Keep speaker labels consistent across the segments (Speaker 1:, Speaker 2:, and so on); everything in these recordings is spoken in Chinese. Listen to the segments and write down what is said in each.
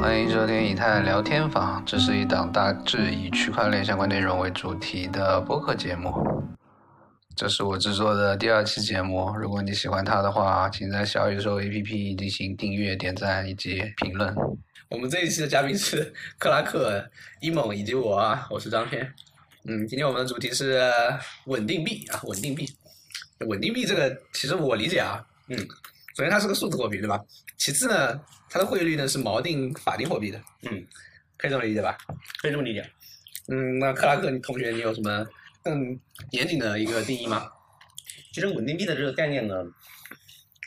Speaker 1: 欢迎收听以太聊天坊，这是一档大致以区块链相关内容为主题的播客节目。这是我制作的第二期节目，如果你喜欢它的话，请在小宇宙 APP 进行订阅、点赞以及评论。
Speaker 2: 我们这一期的嘉宾是克拉克、一猛以及我，啊，我是张天。嗯，今天我们的主题是稳定币啊，稳定币。稳定币这个，其实我理解啊，嗯，首先它是个数字货币，对吧？其次呢，它的汇率呢是锚定法定货币的，嗯，可以这么理解吧？可以这么理解。嗯，那克拉克，你同学，你有什么更严谨的一个定义吗？
Speaker 3: 其实稳定币的这个概念呢，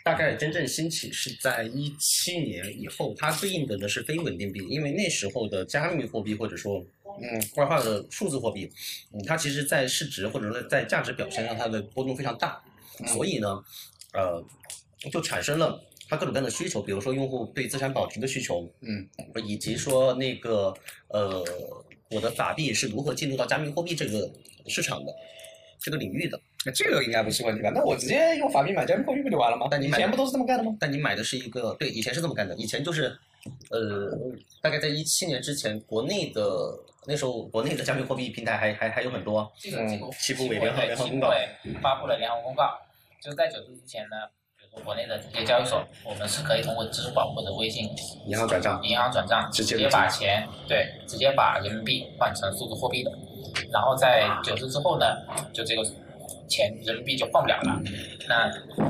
Speaker 3: 大概真正兴起是在一七年以后，它对应的呢是非稳定币，因为那时候的加密货币或者说嗯外化的数字货币，嗯，它其实在市值或者说在价值表现上它的波动非常大，所以呢，呃，就产生了它各种各样的需求，比如说用户对资产保值的需求，
Speaker 2: 嗯，
Speaker 3: 以及说那个呃我的法币是如何进入到加密货币这个市场的这个领域的。
Speaker 2: 那这个应该不是问题吧？那我直接用法币买加密货币不就完了吗？
Speaker 3: 但你
Speaker 2: 以
Speaker 3: 买
Speaker 2: 前不都是这么干的吗？
Speaker 3: 但你买的是一个对，以前是这么干的，以前就是，呃，大概在一七年之前，国内的那时候国内的加密货币平台还还还有很多，
Speaker 4: 这个
Speaker 2: 嗯
Speaker 4: 进口
Speaker 3: 西部委联合
Speaker 4: 对
Speaker 3: 联合
Speaker 4: 西
Speaker 3: 公
Speaker 4: 部
Speaker 3: 告
Speaker 4: 委发布了联合公告，就是在九四之前呢，比如说国内的这些交易所，我们是可以通过支付宝或者微信
Speaker 3: 银行转账，
Speaker 4: 银行转账
Speaker 3: 直
Speaker 4: 直
Speaker 3: 接
Speaker 4: 接把钱对直接把人民币换成数字货币的，然后在九四之后呢，就这个钱人民币就换不了了，那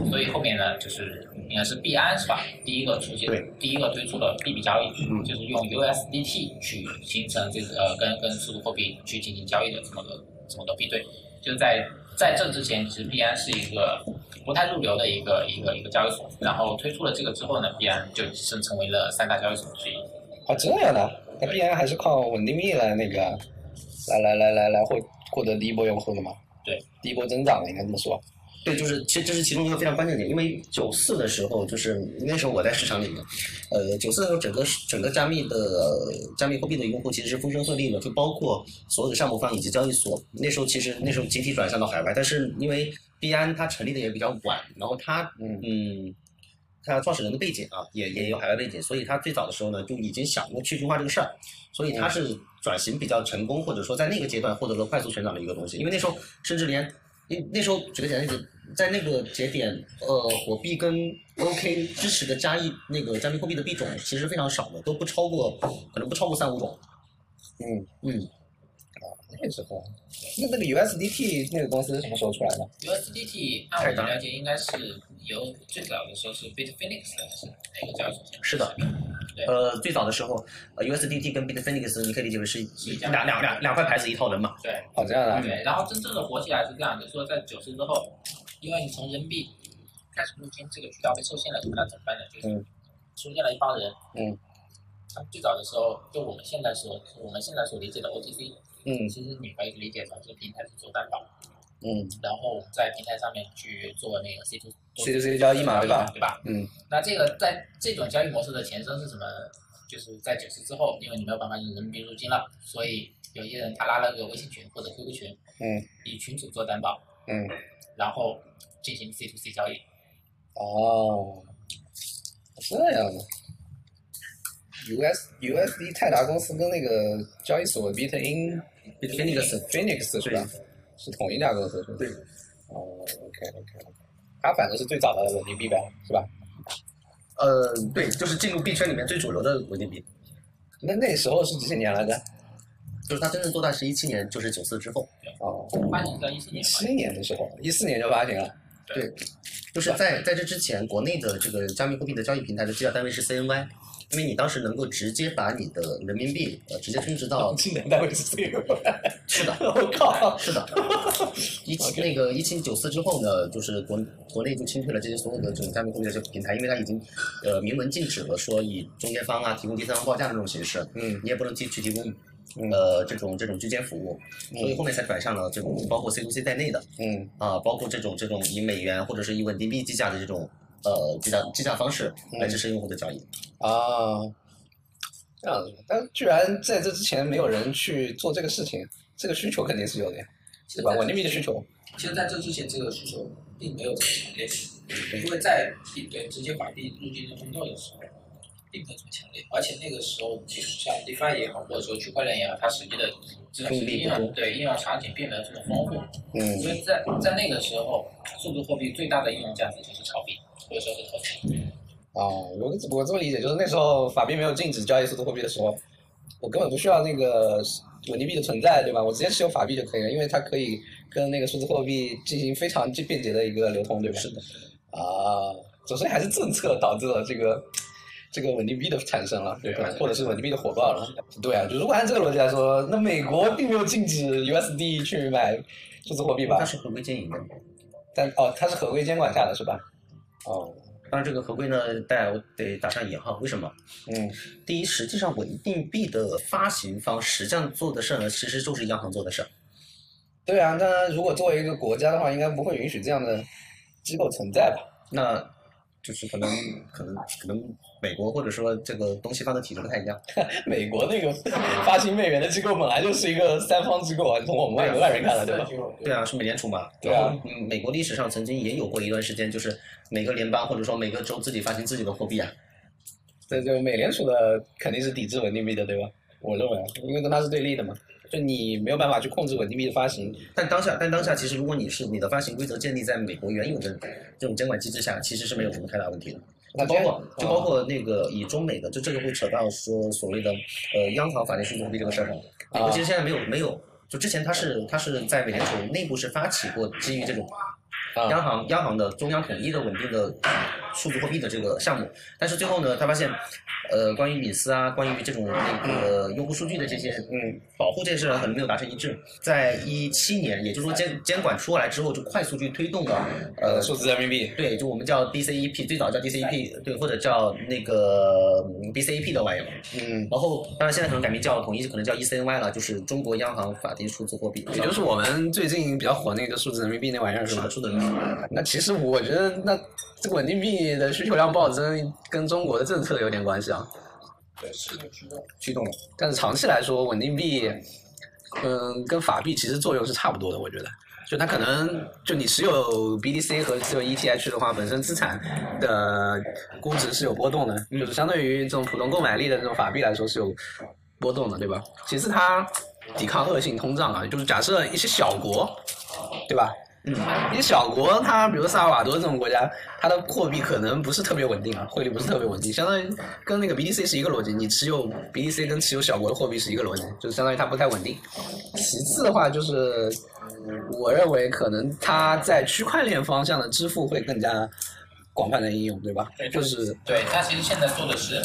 Speaker 4: 所以后面呢就是应该是币安是吧？第一个出现
Speaker 3: 对
Speaker 4: 第一个推出了币币交易，
Speaker 3: 嗯
Speaker 4: 就是用 USDT 去形成这个呃跟跟数字货币去进行交易的这么个这么个币对，就在在这之前，其实币安是一个不太入流的一个一个一个交易所，然后推出了这个之后呢，币安就跻身成为了三大交易所之一。
Speaker 2: 啊，这样的，那必然还是靠稳定币来那个，来来来来来获获得第一波用户的嘛。
Speaker 4: 对，
Speaker 2: 第一波增长的应该这么说。
Speaker 3: 对，就是其实这是其中一个非常关键点，因为九四的时候，就是那时候我在市场里面，呃，九四的时候整个整个加密的加密货币的用户其实是风声鹤唳的，就包括所有的项目方以及交易所。那时候其实那时候集体转向到海外，但是因为币安它成立的也比较晚，然后它
Speaker 2: 嗯
Speaker 3: 嗯，它创始人的背景啊，也也有海外背景，所以它最早的时候呢就已经想过去中化这个事儿，所以它是转型比较成功，或者说在那个阶段获得了快速成长的一个东西。因为那时候甚至连，因为那时候举个简单例子，在那个节点，呃，火币跟 OK 支持的加一那个加密货币的币种其实非常少的，都不超过，可能不超过三五种。
Speaker 2: 嗯，
Speaker 3: 嗯，
Speaker 2: 那时候，那那个 USDT 那个公司是什么时候出来的？
Speaker 4: USDT 按我们了解，应该是由最早的时候是 Bitfinex 的还是哪个交易所？
Speaker 3: 是的。呃，最早的时候，呃，USDT 跟 Bitfinex 你可以理解为是一
Speaker 4: 家
Speaker 3: 两两两两块牌子一套人嘛。
Speaker 4: 对，
Speaker 2: 哦，这样的。
Speaker 4: 对，然后真正的火起来是这样的，说在九四之后，因为你从人民币开始入侵这个渠道被受限了，那怎么办呢？就是
Speaker 2: 嗯
Speaker 4: 出现了一帮人，
Speaker 2: 嗯，
Speaker 4: 他们最早的时候，就我们现在所我们现在所理解的 OTC，
Speaker 2: 嗯
Speaker 4: 其实你可以理解成是平台去做担保，
Speaker 2: 嗯
Speaker 4: 然后在平台上面去做那个 C to
Speaker 2: ，C to C 交易嘛，对吧？
Speaker 4: 对吧？
Speaker 2: 嗯，
Speaker 4: 那这个在这种交易模式的前身是什么？就是在九四之后，因为你没有办法用人民币入金了，所以有些人他拉了个微信群或者 QQ 群，
Speaker 2: 嗯，
Speaker 4: 以群主做担保，
Speaker 2: 嗯，
Speaker 4: 然后进行 C to C 交易。
Speaker 2: 哦，这样的。US USD 泰达公司跟那个交易所 Bitin
Speaker 3: Bitfinex
Speaker 2: Phoenix 是吧？是同一家公司是吧？
Speaker 3: 对。
Speaker 2: 哦，OK OK，它反正是最早的稳定币呗，是吧？
Speaker 3: 呃，对，就是进入币圈里面最主流的稳定币，
Speaker 2: 那那时候是几几年来着？
Speaker 3: 就是它真正做大是一七年，就是九四之后。
Speaker 2: 哦，
Speaker 4: 八年到一四
Speaker 2: 一
Speaker 4: 年吧，
Speaker 2: 七年的时候，一四年就发行了。
Speaker 3: 就是在在这之前，国内的这个加密货币的交易平台的计价单位是 CNY，因为你当时能够直接把你的人民币呃直接充值到，
Speaker 2: 哦今年单位是这个，
Speaker 3: 是的，
Speaker 2: 我靠！
Speaker 3: 是的，一 七
Speaker 2: OK
Speaker 3: 那个一七九四之后呢，就是国国内就清退了这些所有的这种加密货币的这个平台，因为它已经呃明文禁止了说以中间方啊提供第三方报价的这种形式，
Speaker 2: 嗯，
Speaker 3: 你也不能去去提供。呃，这种这种居间服务，
Speaker 2: 嗯
Speaker 3: 所以后面才转向了这种包括 C to C 在内的
Speaker 2: 嗯
Speaker 3: 啊，包括这种这种以美元或者是以稳定币计价的这种呃计价计价方式
Speaker 2: 嗯
Speaker 3: 来支持用户的交易。
Speaker 2: 啊，这样子，但居然在这之前没有人去做这个事情，这个需求肯定是有的呀，
Speaker 4: 其
Speaker 2: 对
Speaker 4: 实
Speaker 2: 吧？
Speaker 4: 在
Speaker 2: 稳定币的需求，
Speaker 4: 其实在这之前，这个需求
Speaker 3: 嗯
Speaker 4: 并没有这个强烈性，因为在对直接把币入金的通道的时候，并没有这么强烈，而且那个时候其实像 DeFi 也好，或者说区块链也好，它实际的这种
Speaker 3: 用力
Speaker 4: 应
Speaker 3: 不多
Speaker 4: 用对应用场景并没有这么丰富，
Speaker 3: 嗯，
Speaker 4: 所以在在那个时候，数字货币最大的应用价值就是炒币或者说是投资。
Speaker 2: 哦，我我这么理解，就是那时候法币没有禁止交易数字货币的时候，我根本不需要那个稳定币的存在，对吧？我直接持有法币就可以了，因为它可以跟那个数字货币进行非常便捷的一个流通，对吧？是的。啊，总之还是政策导致了这个这个稳定币的产生了，对吧？或者是稳定币的火爆了。对啊，就如果按这个逻辑来说，那美国并没有禁止 USD 去买数字货币吧
Speaker 3: 它？是合规经营的。
Speaker 2: 但哦，它是合规监管下的是吧？哦，
Speaker 3: 当然，这个合规呢，大家得打上引号。为什么？
Speaker 2: 嗯，
Speaker 3: 第一，实际上稳定币的发行方实际上做的事儿呢，其实就是央行做的事儿。
Speaker 2: 对啊，那如果作为一个国家的话，应该不会允许这样的机构存在吧？
Speaker 3: 那就是可能可能可能美国或者说这个东西方的体制不太一样。
Speaker 2: 美国那个 发行美元的机构本来就是一个三方机构啊，从我们外国外人看来，对吧？
Speaker 3: 对啊，是美联储嘛。
Speaker 2: 对啊
Speaker 3: 然后嗯美国历史上曾经也有过一段时间，就是每个联邦或者说每个州自己发行自己的货币啊。
Speaker 2: 这就美联储的肯定是抵制稳定币的，对吧？我认为啊，因为跟它是对立的嘛，就你没有办法去控制稳定币的发行。
Speaker 3: 但当下，但当下其实如果你是你的发行规则建立在美国原有的这种监管机制下，其实是没有什么太大问题的。
Speaker 2: 那
Speaker 3: 就包括
Speaker 2: 这
Speaker 3: 就包括那个以中美的，就这个会扯到说所谓的呃央行法定数字货币这个事儿上。美国其实现在没有没有，就之前它是它是在美联储内部是发起过基于这种
Speaker 2: 啊
Speaker 3: 央行央行的中央统一的稳定的数字货币的这个项目，但是最后呢，他发现呃关于隐私啊，关于这种那个用户数据的这些
Speaker 2: 嗯
Speaker 3: 保护这件事呢，可能没有达成一致。在一七年，也就是说监监管出来之后，就快速去推动了呃
Speaker 2: 呃，数字人民币，
Speaker 3: 对，就我们叫 DCEP，最早叫 DCEP，对，或者叫那个嗯 BCEP 的玩意儿。
Speaker 2: 嗯，
Speaker 3: 然后，当然现在可能改名叫统一，可能叫 E ECNY 了，就是中国央行法定数字货币。
Speaker 2: 也就是我们最近比较火那个数字人民币那玩意儿是
Speaker 3: 是
Speaker 2: 吧
Speaker 3: 的，？是的，是的
Speaker 2: 那其实我觉得，那这个稳定币的需求量暴增跟中国的政策有点关系啊。
Speaker 3: 驱动了。
Speaker 2: 但是长期来说，稳定币，嗯，跟法币其实作用是差不多的，我觉得。就它可能，就你持有 BDC 和持有 ETH 的话，本身资产的估值是有波动的，就是相对于这种普通购买力的这种法币来说是有波动的，对吧？其次，它抵抗恶性通胀啊，就是假设一些小国，对吧？
Speaker 3: 嗯，
Speaker 2: 一些小国，它比如萨尔瓦多这种国家，它的货币可能不是特别稳定啊，汇率不是特别稳定，相当于跟那个 BDC 是一个逻辑，你持有 BDC 跟持有小国的货币是一个逻辑，就是相当于它不太稳定。其次的话，就是我认为可能它在区块链方向的支付会更加广泛的应用，对吧？
Speaker 4: 对
Speaker 2: 就是
Speaker 4: 对，它其实现在做的是，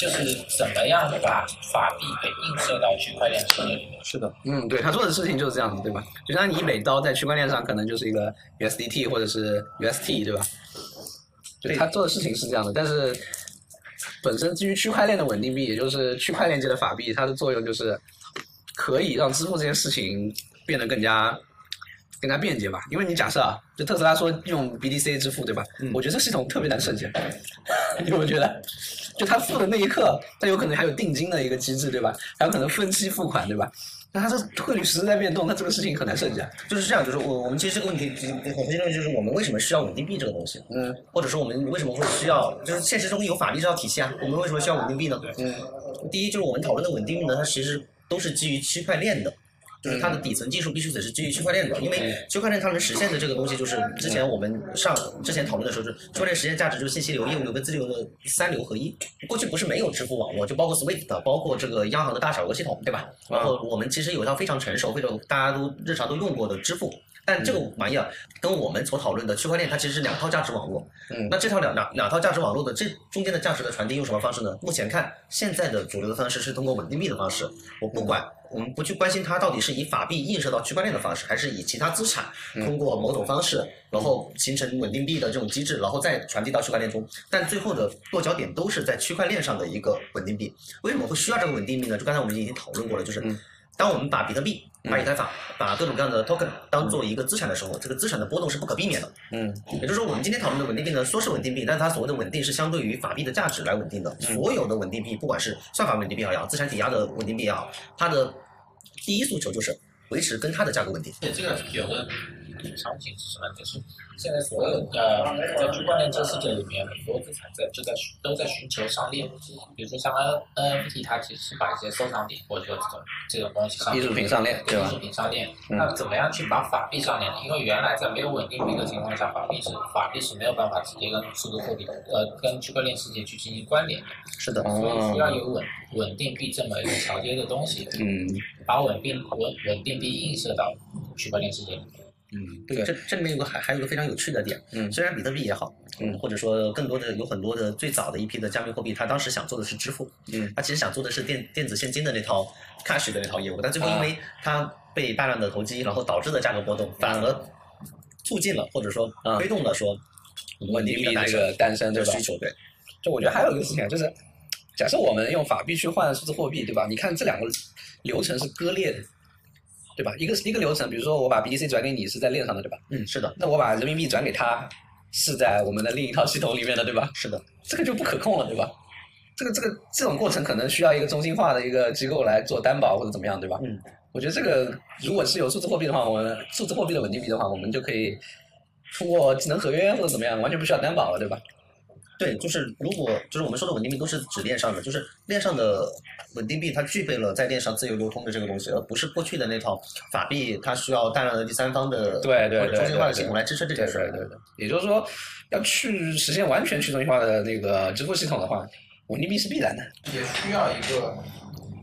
Speaker 4: 就是怎么样把法币给映射到区块链世界里面。
Speaker 3: 是的，
Speaker 2: 嗯，对他做的事情就是这样子，对吧？就像你美刀在区块链上可能就是一个 USDT 或者是 UST，对吧？就
Speaker 3: 对
Speaker 2: 他做的事情是这样的，但是本身基于区块链的稳定币，也就是区块链界的法币，它的作用就是可以让支付这件事情变得更加更加便捷吧。因为你假设啊，就特斯拉说用 BDC 支付，对吧？我觉得这系统特别难省钱， 你有没有觉得？就他付的那一刻，他有可能还有定金的一个机制，对吧？还有可能分期付款，对吧？那它这汇率实时在变动，那这个事情很难设计啊。
Speaker 3: 就是这样，就是我我们其实这个问题很核心的问题就是我们为什么需要稳定币这个东西？
Speaker 2: 嗯，
Speaker 3: 或者说我们为什么会需要，就是现实中有法律这套体系啊，我们为什么需要稳定币呢？嗯，第一就是我们讨论的稳定币呢，它其实都是基于区块链的。就是它的底层技术必须得是基于区块链的，因为区块链它能实现的这个东西，就是之前我们上之前讨论的时候，就是区块链实现价值就是信息流、业务流跟自由的三流合一。过去不是没有支付网络，就包括 SWIFT，包括这个央行的大小额系统，对吧？然后我们其实有一套非常成熟、非常大家都日常都用过的支付，但这个玩意儿跟我们所讨论的区块链，它其实是两套价值网络。那这套两两两套价值网络的这中间的价值的传递用什么方式呢？目前看，现在的主流的方式是通过稳定币的方式。我不管，我们不去关心它到底是以法币映射到区块链的方式，还是以其他资产通过某种方式，然后形成稳定币的这种机制，然后再传递到区块链中。但最后的落脚点都是在区块链上的一个稳定币。为什么会需要这个稳定币呢？就刚才我们已经讨论过了，就是。当我们把比特币、把以太坊、把各种各样的 token 当做一个资产的时候，这个资产的波动是不可避免的。也就是说，我们今天讨论的稳定币呢，说是稳定币，但它所谓的稳定是相对于法币的价值来稳定的。所有的稳定币，不管是算法稳定币也好，资产抵押的稳定币也好，它的第一诉求就是维持跟它的价格稳定。
Speaker 4: 对，这个有个长期支持了，就是现在所有的呃在区块链这个世界里面，很多资产在就在寻都在寻求上链，比如说像 N NFT，它其实是把一些收藏品或者说这种这种东西上
Speaker 2: 艺术品上链对吧
Speaker 4: 艺术品上链，
Speaker 2: 嗯
Speaker 4: 那怎么样去把法币上链呢？因为原来在没有稳定币的情况下，法币是法币是没有办法直接跟数字货币呃跟区块链世界去进行关联的，
Speaker 2: 是的，
Speaker 4: 所以需要有稳稳定币这么一个桥接的东西。
Speaker 2: 嗯
Speaker 4: 把稳定稳稳定币映射到区块链世界里。
Speaker 2: 嗯，
Speaker 3: 对，这这里面有个还还有一个非常有趣的点，
Speaker 2: 嗯
Speaker 3: 虽然比特币也好，
Speaker 2: 嗯
Speaker 3: 或者说更多的有很多的最早的一批的加密货币，它当时想做的是支付，
Speaker 2: 嗯，啊
Speaker 3: 它其实想做的是电电子现金的那套 cash 的那套业务，但最后因为它被大量的投机，然后导致的价格波动，反而促进了或者说
Speaker 2: 啊
Speaker 3: 推动了说
Speaker 2: 稳定币
Speaker 3: 的
Speaker 2: 这个诞生对
Speaker 3: 诞生的
Speaker 2: 吧
Speaker 3: 需？求，对，
Speaker 2: 就我觉得还有一个事情啊就是，假设我们用法币去换数字货币，对吧？你看这两个流程是割裂的，对吧？一个一个流程，比如说我把 BTC 转给你是在链上的，对吧？
Speaker 3: 嗯，是的，
Speaker 2: 那我把人民币转给他是在我们的另一套系统里面的，对吧？
Speaker 3: 是的，
Speaker 2: 这个就不可控了，对吧？这个这个这种过程可能需要一个中心化的一个机构来做担保或者怎么样，对吧？
Speaker 3: 嗯，
Speaker 2: 我觉得这个如果是有数字货币的话，我们数字货币的稳定币的话，我们就可以通过智能合约或者怎么样，完全不需要担保了，对吧？
Speaker 3: 对，就是如果就是我们说的稳定币都是指链上的，就是链上的稳定币它具备了在链上自由流通的这个东西，而不是过去的那套法币，它需要大量的第三方的
Speaker 2: 对对
Speaker 3: 或者中
Speaker 2: 对
Speaker 3: 心
Speaker 2: 对
Speaker 3: 化的
Speaker 2: 对
Speaker 3: 系统来支撑这
Speaker 2: 对
Speaker 3: 件事
Speaker 2: 对
Speaker 3: 儿。
Speaker 2: 对对，也就是说，要去实现完全去中心化的那个支付系统的话，稳定币是必然的。
Speaker 4: 也需要一个，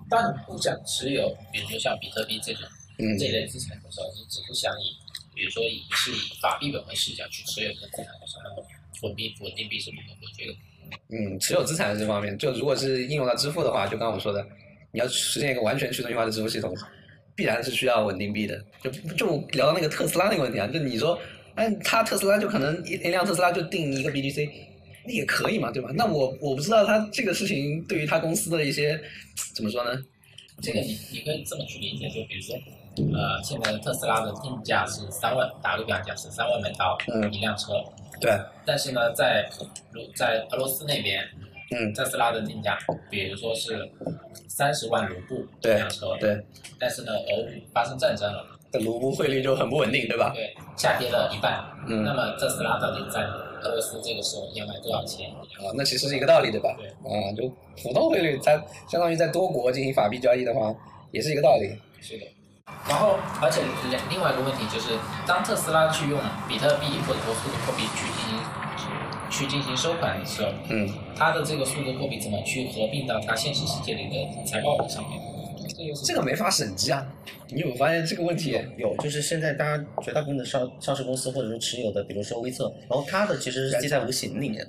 Speaker 4: 当你不想持有，比如说像比特币这种
Speaker 2: 嗯
Speaker 4: 这类资产的时候，你只是想以，比如说以是以法币本位视角去持有这个资产的时候，稳定稳定币是不可或缺的。
Speaker 2: 嗯，持有资产这方面，就如果是应用到支付的话，就刚刚我说的，你要实现一个完全去中心化的支付系统，必然是需要稳定币的。就就聊到那个特斯拉那个问题啊，就你说，哎，他特斯拉就可能一一辆特斯拉就定一个 BTC，那也可以嘛，对吧？那我我不知道他这个事情对于他公司的一些怎么说呢？
Speaker 4: 这个你你可以这么去理解，就比如说，呃，现在特斯拉的定价是三万，打个比方讲是三万美刀
Speaker 2: 嗯
Speaker 4: 一辆车，
Speaker 2: 对，
Speaker 4: 但是呢，在如在俄罗斯那边，
Speaker 2: 嗯
Speaker 4: 特斯拉的定价，比如说是三十万卢布一
Speaker 2: 对
Speaker 4: 辆车，
Speaker 2: 对，
Speaker 4: 但是呢，俄乌发生战争了，
Speaker 2: 这卢布汇率就很不稳定，对吧？
Speaker 4: 对，下跌了一半。
Speaker 2: 嗯，
Speaker 4: 那
Speaker 2: 啊、
Speaker 4: 么特斯拉到底在俄罗斯这个时候要卖多少钱？
Speaker 2: 那其实是一个道理，对吧？
Speaker 4: 对
Speaker 2: 啊、就普通汇率，它相当于在多国进行法币交易的话，也是一个道理。
Speaker 4: 是的。然后，而且另另外一个问题就是，当特斯拉去用比特币或者说数字货币去进行去进行收款的时候，
Speaker 2: 嗯。
Speaker 4: 它的这个数字货币怎么去合并到它现实世界里的财报上面？这又是
Speaker 2: 这个没法审计啊！你有没有发现这个问题？
Speaker 3: 有，就是现在大家绝大部分的上上市公司或者说持有的，比如说微策，然后它的其实是记在无形里面。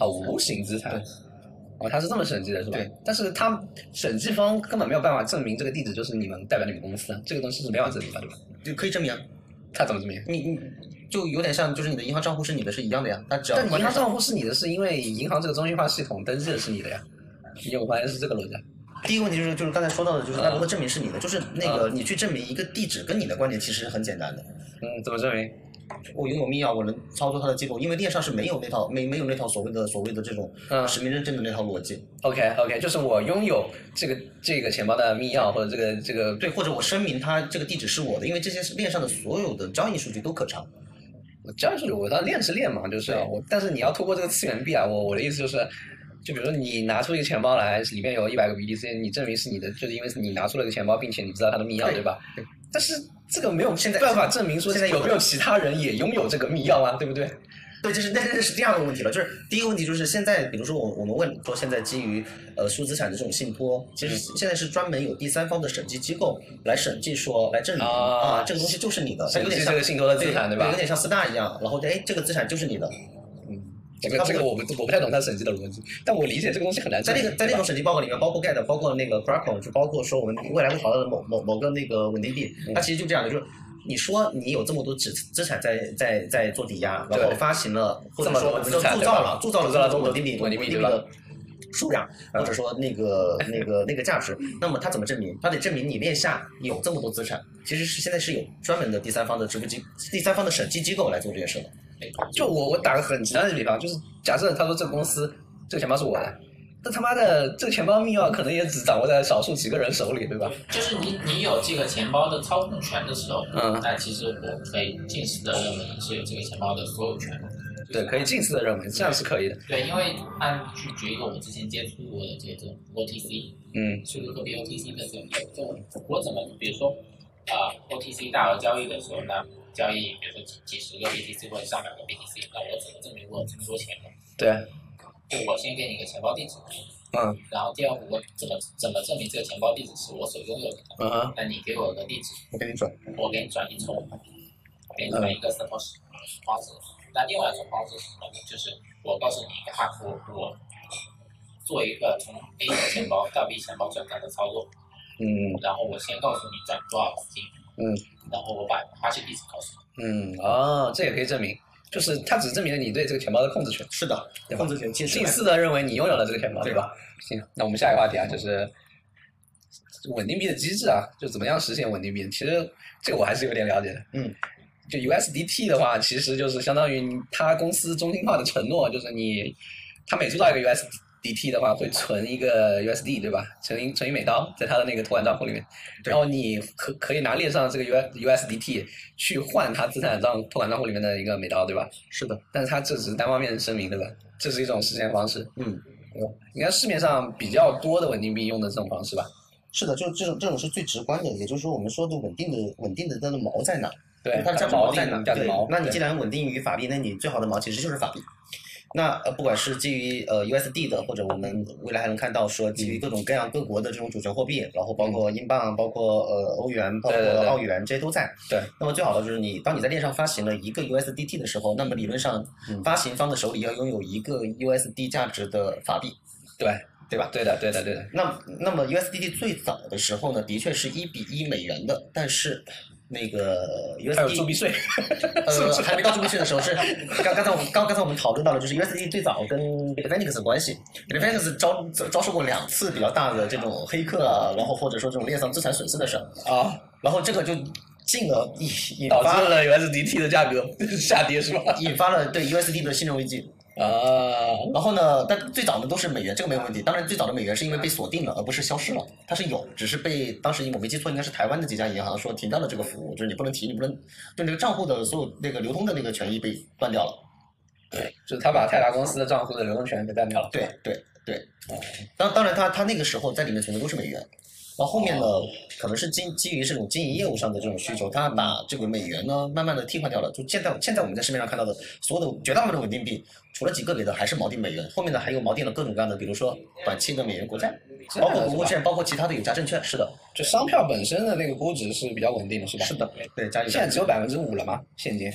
Speaker 2: 啊，无形资产。哦，他是这么审计的，是吧？
Speaker 3: 对。
Speaker 2: 但是他审计方根本没有办法证明这个地址就是你们代表你们公司，啊，这个东西是没法证明的，对吧？
Speaker 3: 就可以证明啊，
Speaker 2: 他怎么证明？
Speaker 3: 你你就有点像就是你的银行账户是你的是一样的呀，它只要
Speaker 2: 但银行账户是你的，是因为银行这个中心化系统登记的是你的呀。你有没有发现是这个逻辑啊？
Speaker 3: 第一个问题就是就是刚才说到的，就是
Speaker 2: 嗯
Speaker 3: 它如何证明是你的，就是那个你去证明一个地址跟你的关联其实是很简单的。
Speaker 2: 嗯，怎么证明？
Speaker 3: 我拥有密钥，我能操作它的接口，因为链上是没有那套没没有那套所谓的所谓的这种
Speaker 2: 嗯
Speaker 3: 实名认证的那套逻辑，
Speaker 2: ，OK OK，就是我拥有这个这个钱包的密钥或者这个这个
Speaker 3: 对，或者我声明它这个地址是我的，因为这些是链上的所有的交易数据都可查。
Speaker 2: 我交易数据，我当然练是练嘛，就是啊
Speaker 3: 对
Speaker 2: 我，但是你要通过这个次元币啊，我我的意思就是，就比如说你拿出一个钱包来，里面有一百个 BTC，你证明是你的，就是因为是你拿出了个钱包，并且你知道它的密钥，
Speaker 3: 对
Speaker 2: 对吧？但是这个没有
Speaker 3: 现在
Speaker 2: 办法证明说
Speaker 3: 现在有
Speaker 2: 有没有其他人也拥有这个密钥啊，对不对？
Speaker 3: 对，这是 但这是第二个问题了，就是第一个问题就是现在，比如说我我们问说现在基于呃数资产的这种信托，其实
Speaker 2: 嗯
Speaker 3: 现在是专门有第三方的审计机构来审计说来证明
Speaker 2: 啊
Speaker 3: 啊这个东西就是你的，
Speaker 2: 审
Speaker 3: 有点
Speaker 2: 计
Speaker 3: 像
Speaker 2: 这个信托的资产，
Speaker 3: 对
Speaker 2: 对吧
Speaker 3: 有？点像四大一样，然后哎这个资产就是你的，
Speaker 2: 这个
Speaker 3: 它不
Speaker 2: 这个我不我不太懂它审计的逻辑，但我理解这个东西很难
Speaker 3: 在
Speaker 2: 证
Speaker 3: 那
Speaker 2: 明。
Speaker 3: 个在那种审计报告里面，包括 GAT，包括那个 Graco，就包括说我们未来会讨论的某某某个那个稳定币，
Speaker 2: 嗯
Speaker 3: 它其实就这样的，就是你说你有这么多资资产在在在做抵押，然后
Speaker 2: 对
Speaker 3: 发行了，或
Speaker 2: 这
Speaker 3: 者
Speaker 2: 么多
Speaker 3: 说我们
Speaker 2: 资
Speaker 3: 就
Speaker 2: 产
Speaker 3: 铸造了铸造了
Speaker 2: 对吧
Speaker 3: 这么多稳定币
Speaker 2: 稳定币
Speaker 3: 币
Speaker 2: 对吧嗯
Speaker 3: 的数量，或者说那个那个那个价值，那么它怎么证明？它得证明你链下有这么多资产，其实是现在是有专门的第三方的支付机第三方的审计机构来做这件事的。
Speaker 2: 就我我打个很极端的比方，就是假设他说这个公司这个钱包是我的，那他妈的这个钱包密钥可能也只掌握在少数几个人手里，对吧？
Speaker 4: 就是你你有这个钱包的操控权的时候，
Speaker 2: 嗯
Speaker 4: 那其实我可以近似的认为你是有这个钱包的所有权。
Speaker 2: 对，可以近似的认为这样是可以的。
Speaker 4: 对，因为按去举一个我之前接触过的这种 OTC，
Speaker 2: 嗯
Speaker 4: 数字货币 OTC 的这种这种，我怎么比如说啊、OTC 大额交易的时候，那交易比如说几几十个 BTC 或者上百个 BTC，那我怎么证明我有这么多钱呢？
Speaker 2: 对，啊
Speaker 4: 就我先给你一个钱包地址，
Speaker 2: 嗯
Speaker 4: 然后第二步我怎么怎么证明这个钱包地址是我所拥有的？
Speaker 2: 嗯哼，
Speaker 4: 那你给我个地址，
Speaker 2: 我给你转。
Speaker 4: 我给你转一抽，
Speaker 2: 嗯
Speaker 4: 给你转一个什么方式？那另外一种方式是什么呢？就是我告诉你一个哈佛，我做一个从 A 钱包到 B 钱包转账的操作，
Speaker 2: 嗯
Speaker 4: 然后我先告诉你转多少资金，
Speaker 2: 嗯，
Speaker 4: 然后我把哈希地址告诉你，
Speaker 2: 嗯，哦，这也可以证明，就是它只证明了你对这个钱包的控制权。
Speaker 3: 是的，
Speaker 2: 对吧
Speaker 3: 控制权近似
Speaker 2: 近似的认为你拥有了这个钱包，对吧？行，那我们下一个话题啊，就是稳定币的机制啊，就怎么样实现稳定币？其实这个我还是有点了解的。
Speaker 3: 嗯，
Speaker 2: 就 USDT 的话，其实就是相当于它公司中心化的承诺，就是你它每铸造一个 USDT 的话，会存一个 USD 对吧？存一存一美刀在它的那个托管账户里面，
Speaker 3: 对
Speaker 2: 然后你可可以拿链上这个 U USDT 去换它资产账托管账户里面的一个美刀对吧？
Speaker 3: 是的，
Speaker 2: 但是它这只是单方面声明，对吧？这是一种实现方式。
Speaker 3: 嗯，
Speaker 2: 应该市面上比较多的稳定币用的这种方式吧？
Speaker 3: 是的，就是这种这种是最直观的，也就是说我们说的稳定的稳定的它的锚在哪？
Speaker 2: 对，
Speaker 3: 嗯它
Speaker 2: 价
Speaker 3: 价
Speaker 2: 值
Speaker 3: 值
Speaker 2: 锚
Speaker 3: 锚
Speaker 2: 在
Speaker 3: 在
Speaker 2: 哪？
Speaker 3: 哪？
Speaker 2: 价值锚。
Speaker 3: 那你
Speaker 2: 对
Speaker 3: 既然稳定于法币，那你最好的锚其实就是法币。那呃，不管是基于呃 USD 的，或者我们未来还能看到说基
Speaker 2: 嗯
Speaker 3: 于各种各样各国的这种主权货币，然后包括英镑、包括呃欧元、包括
Speaker 2: 对对对
Speaker 3: 澳元，这些都在。
Speaker 2: 对。
Speaker 3: 那么最好的就是你，当你在链上发行了一个 USDT 的时候，那么理论上
Speaker 2: 嗯
Speaker 3: 发行方的手里要拥有一个 USD 价值的法币。
Speaker 2: 对
Speaker 3: 对吧
Speaker 2: 对的，对的，对的。
Speaker 3: 那那么 USDT 最早的时候呢，的确是一比一美元的，但是那个
Speaker 2: 还有铸
Speaker 3: USD
Speaker 2: 币税，
Speaker 3: 呃，还没到中去的 时候是刚刚才我们刚刚才我们讨论到了，就是 USD 最早跟 Revenix 的关系，Revenix 遭遭受过两次比较大的这种黑客啊，然后或者说这种链上资产损失的事儿，
Speaker 2: 啊，
Speaker 3: 然后这个就进而引引
Speaker 2: 导
Speaker 3: 发
Speaker 2: 致了
Speaker 3: 了
Speaker 2: USDT 的价格 下跌是吧？
Speaker 3: 引发了对 USD 的信任危机。
Speaker 2: 啊，
Speaker 3: 然后呢，但最早的都是美元，这个没有问题。当然，最早的美元是因为被锁定了，而不是消失了，它是有，只是被当时我没记错，应该是台湾的几家银行说停掉了这个服务，就是你不能提，你不能，就那个账户的所有那个流通的那个权益被断掉了。
Speaker 2: 就是他把泰达公司的账户的流动权给干掉了。
Speaker 3: 对对对，哦当当然他他那个时候在里面存的都是美元，然后后面呢，
Speaker 2: 哦
Speaker 3: 可能是基基于这种经营业务上的这种需求，他把这个美元呢慢慢的替换掉了。就现在现在我们在市面上看到的所有的绝大部分的稳定币，除了几个别的还是锚定美元，后面呢还有锚定了各种各样的，比如说短期的美元国债，
Speaker 2: 这样
Speaker 3: 包
Speaker 2: 的是
Speaker 3: 括国库
Speaker 2: 吧
Speaker 3: 券，包括其他的有价证券。是的，
Speaker 2: 就商票本身的那个估值是比较稳定的，是吧？
Speaker 3: 是。的，对，加一
Speaker 2: 现在只有百分之五了嘛，现金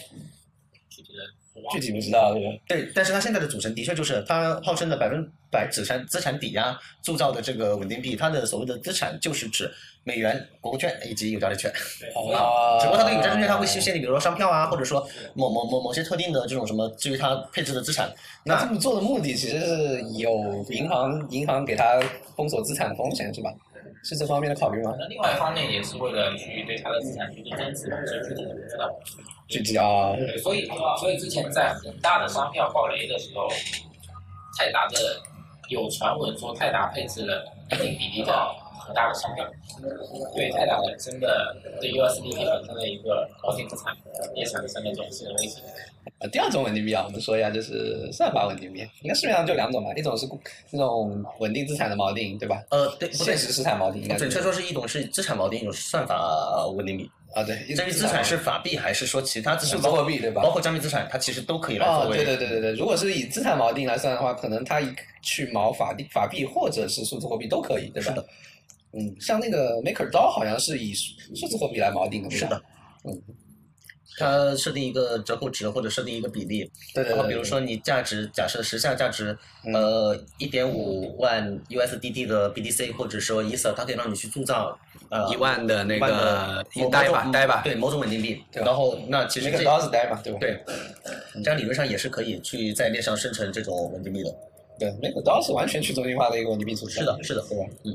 Speaker 4: 具体的我
Speaker 2: 具
Speaker 4: 忘了。
Speaker 2: 体不知道，对吧？
Speaker 3: 对，但是它现在的组成的确就是它号称的百分百资产资产抵押铸造的这个稳定币，它的所谓的资产就是指美元、国库券以及有价证券。
Speaker 4: 对，
Speaker 2: 啊
Speaker 3: 只不过它对有价证券它会限定，比如说商票啊，或者说某某某某些特定的这种什么，至于它配置的资产，
Speaker 2: 那这
Speaker 3: 那
Speaker 2: 么做的目的其实是有银行银行给他封锁资产风险是吧？是这方面的考虑吗
Speaker 4: 可？能另外一方面也是为了去对它的资产去做增值吧，这具体的不知道。
Speaker 2: 具体啊，
Speaker 4: 对，所以所以之前在恒大的商票爆雷的时候，泰达的有传闻说泰达配置了一定比例的恒大的商票，对泰达本身的对 USDT 本身的一个锚定资产也产生了一种信任威胁。
Speaker 2: 呃，第二种稳定币啊，我们说一下，就是算法稳定币。应该市面上就两种吧，一种是那种稳定资产的锚定，对吧？
Speaker 3: 呃，对，不对
Speaker 2: 现，实资产锚定应该
Speaker 3: 哦准
Speaker 2: 是
Speaker 3: 确说是一种是资产锚定，一种是算法稳定币。
Speaker 2: 啊，对，一
Speaker 3: 至
Speaker 2: 种
Speaker 3: 于资产是法币还是说其他资
Speaker 2: 数
Speaker 3: 产，
Speaker 2: 字
Speaker 3: 包
Speaker 2: 货
Speaker 3: 括
Speaker 2: 币，对吧
Speaker 3: 包？括加密资产，它其实都可以来
Speaker 2: 啊，
Speaker 3: 作
Speaker 2: 对对
Speaker 3: 为。
Speaker 2: 对对对，如果是以资产锚定来算的话，可能它一去锚法币、法币或者是数字货币都可以，对吧？
Speaker 3: 是的。
Speaker 2: 嗯，像那个 MakerDAO 好像是以数数字货币来锚定的，对
Speaker 3: 是
Speaker 2: 吧
Speaker 3: 的，嗯它设定一个折扣值或者设定一个比例，
Speaker 2: 对对
Speaker 3: 然后
Speaker 2: 对。
Speaker 3: 比如说你价值假设时下价值
Speaker 2: 呃嗯
Speaker 3: 呃一点五万 USDT 的 BTC 或者说 ETH，它可以让你去铸造呃
Speaker 2: 一万的那
Speaker 3: 一万的
Speaker 2: 个
Speaker 3: 某
Speaker 2: 呆
Speaker 3: 某
Speaker 2: 吧，
Speaker 3: 种
Speaker 2: 呆吧，
Speaker 3: 对某种稳定币，
Speaker 2: 对吧
Speaker 3: 然后那其实这
Speaker 2: MakerDAO 是呆吧，对吧？
Speaker 3: 对，这样理论上也是可以去在链上生成这种稳定币的。
Speaker 2: 对，MakerDAO 是完全去中心化的一个稳定币组织。
Speaker 3: 是的，是的，
Speaker 2: 对吧？
Speaker 3: 嗯，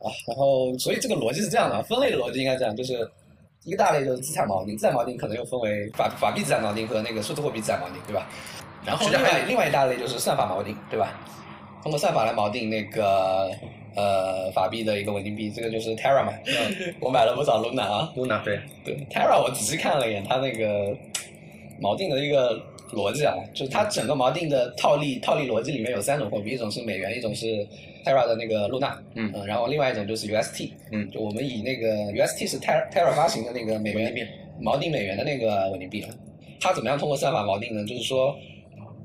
Speaker 2: 啊，然后所以这个逻辑是这样的，啊分类的逻辑应该这样，就是一个大类就是资产锚定，资产锚定可能又分为法法币资产锚定和那个数字货币资产锚定，对吧？然后
Speaker 3: 是
Speaker 2: 另
Speaker 3: 的还
Speaker 2: 外
Speaker 3: 有
Speaker 2: 另外一大类就是算法锚定，对吧？通过算法来锚定那个呃法币的一个稳定币，这个就是 Terra 嘛。嗯我买了不少 Luna 啊，
Speaker 3: Luna 对，
Speaker 2: 对 Terra 我仔细看了一眼它那个锚定的一个逻辑啊，就是它整个锚定的套利套利逻辑里面有三种货币，一种是美元，一种是 Terra 的那个 Luna，呃
Speaker 3: 嗯
Speaker 2: 然后另外一种就是 UST，
Speaker 3: 嗯
Speaker 2: 就我们以那个 UST 是 Terra Terra 发行的那个美元锚定美元的那个稳定币啊，它怎么样通过算法锚定呢？就是说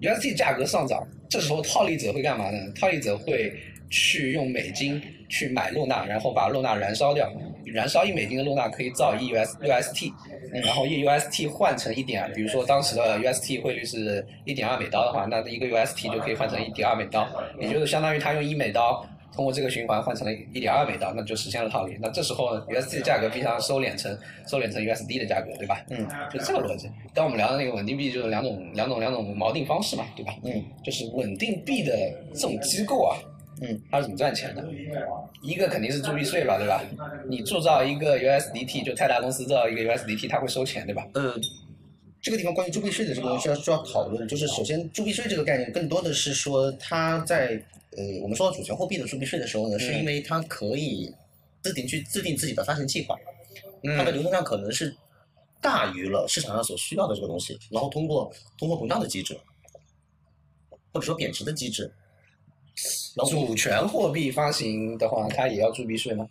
Speaker 2: UST 价格上涨，这时候套利者会干嘛呢？套利者会去用美金去买露娜，然后把露娜燃烧掉，燃烧一美金的露娜可以造一 US UST，然嗯后一 UST 换成一点，比如说当时的 UST 汇率是一点二美刀的话，那一个 UST 就可以换成一点二美刀，也就是相当于他用一美刀。通过这个循环换成了一点二美刀，那就实现了套利。那这时候呢 UST 的价格必将收敛成收敛成 USD 的价格，对吧？
Speaker 3: 嗯，
Speaker 2: 就这个逻辑。刚我们聊的那个稳定币就是两种两种两种锚定方式嘛，对吧？
Speaker 3: 嗯，
Speaker 2: 就是稳定币的这种机构啊，
Speaker 3: 嗯，
Speaker 2: 它是怎么赚钱的？一个肯定是铸币税吧，对吧？你铸造一个 USDT，就泰达公司造一个 USDT，它会收钱，对吧？
Speaker 3: 呃，这个地方关于铸币税的这个东西要需要讨论，就是首先铸币税这个概念更多的是说它在呃我们说到主权货币的铸币税的时候呢，
Speaker 2: 嗯
Speaker 3: 是因为它可以自定去制定自己的发行计划，
Speaker 2: 嗯
Speaker 3: 它的流通量可能是大于了市场上所需要的这个东西，然后通过通货膨胀的机制，或者说贬值的机制，然后
Speaker 2: 主权货币发行的话，它也要铸币税吗？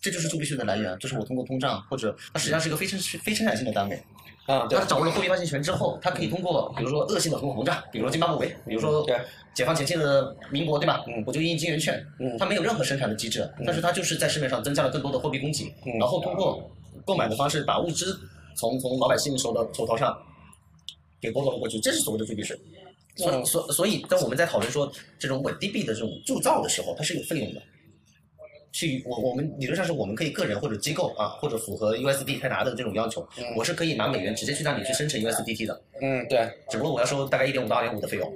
Speaker 3: 这就是铸币税的来源，就是我通过通胀或者它实际上是一个非生非生产性的单位，
Speaker 2: 啊，对
Speaker 3: 他，掌握了货币发行权之后，他可以通过比如说恶性的通货膨胀，比如说津巴布韦，比如说
Speaker 2: 对
Speaker 3: 解放前期的民国，对吧？
Speaker 2: 嗯
Speaker 3: 我就印金圆券，
Speaker 2: 嗯
Speaker 3: 它没有任何生产的机制，但是它就是在市面上增加了更多的货币供给，
Speaker 2: 嗯
Speaker 3: 然后通过购买的方式把物资从从老百姓手的手头上给剥夺了过去，这是所谓的铸币税。所以
Speaker 2: 嗯
Speaker 3: 所所以，当我们在讨论说这种稳定币的这种铸造的时候，它是有费用的。去我我们理论上是我们可以个人或者机构啊，或者符合 USD 泰达的这种要求，
Speaker 2: 嗯
Speaker 3: 我是可以拿美元直接去那里去生成 USDT 的，
Speaker 2: 嗯，对，
Speaker 3: 只不过我要收大概一点五到二点五的费用。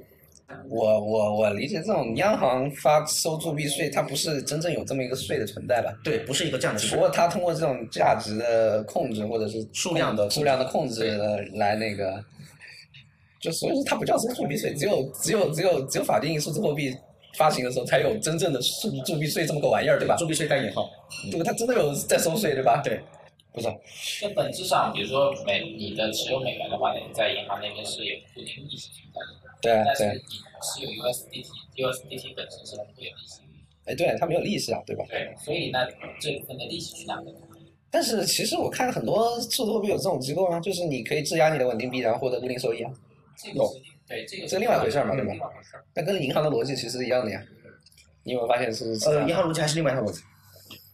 Speaker 2: 我我我理解这种央行发收铸币税，它不是真正有这么一个税的存在吧？
Speaker 3: 对，不是一个这样的
Speaker 2: 只
Speaker 3: 事
Speaker 2: 不。过它通过这种价值的控制，或者是
Speaker 3: 数量的控制
Speaker 2: 数量的控制来那个，就所以说它不叫铸币税，只有只有只有只有法定数字货币发行的时候才有真正的铸铸币税这么个玩意儿，对吧？
Speaker 3: 铸币税带引号，
Speaker 2: 对吧？它真的有在收税，对吧？
Speaker 3: 对，
Speaker 2: 不是，
Speaker 4: 那本质上，比如说美，你的持有美元的话，你在银行那边是有固定利息存在的，
Speaker 2: 对啊
Speaker 4: 但是
Speaker 2: 对，
Speaker 4: 你持有 USDT，USDT 本身是不会有利息的。
Speaker 2: 哎，对，它没有利息啊，对吧？
Speaker 4: 对，所以呢，这部分的利息去哪里？
Speaker 2: 但是其实我看很多数字货币有这种机构啊，就是你可以质押你的稳定币，然后获得固定收益啊，
Speaker 4: 这个是对这个
Speaker 2: 这另外一回事儿嘛
Speaker 4: 嗯
Speaker 2: 对吧
Speaker 4: 另外一回事儿
Speaker 2: 那跟银行的逻辑其实是一样的呀。你有没有发现是？是这
Speaker 3: 呃，
Speaker 2: 样的
Speaker 3: 银行逻辑还是另外一套逻辑。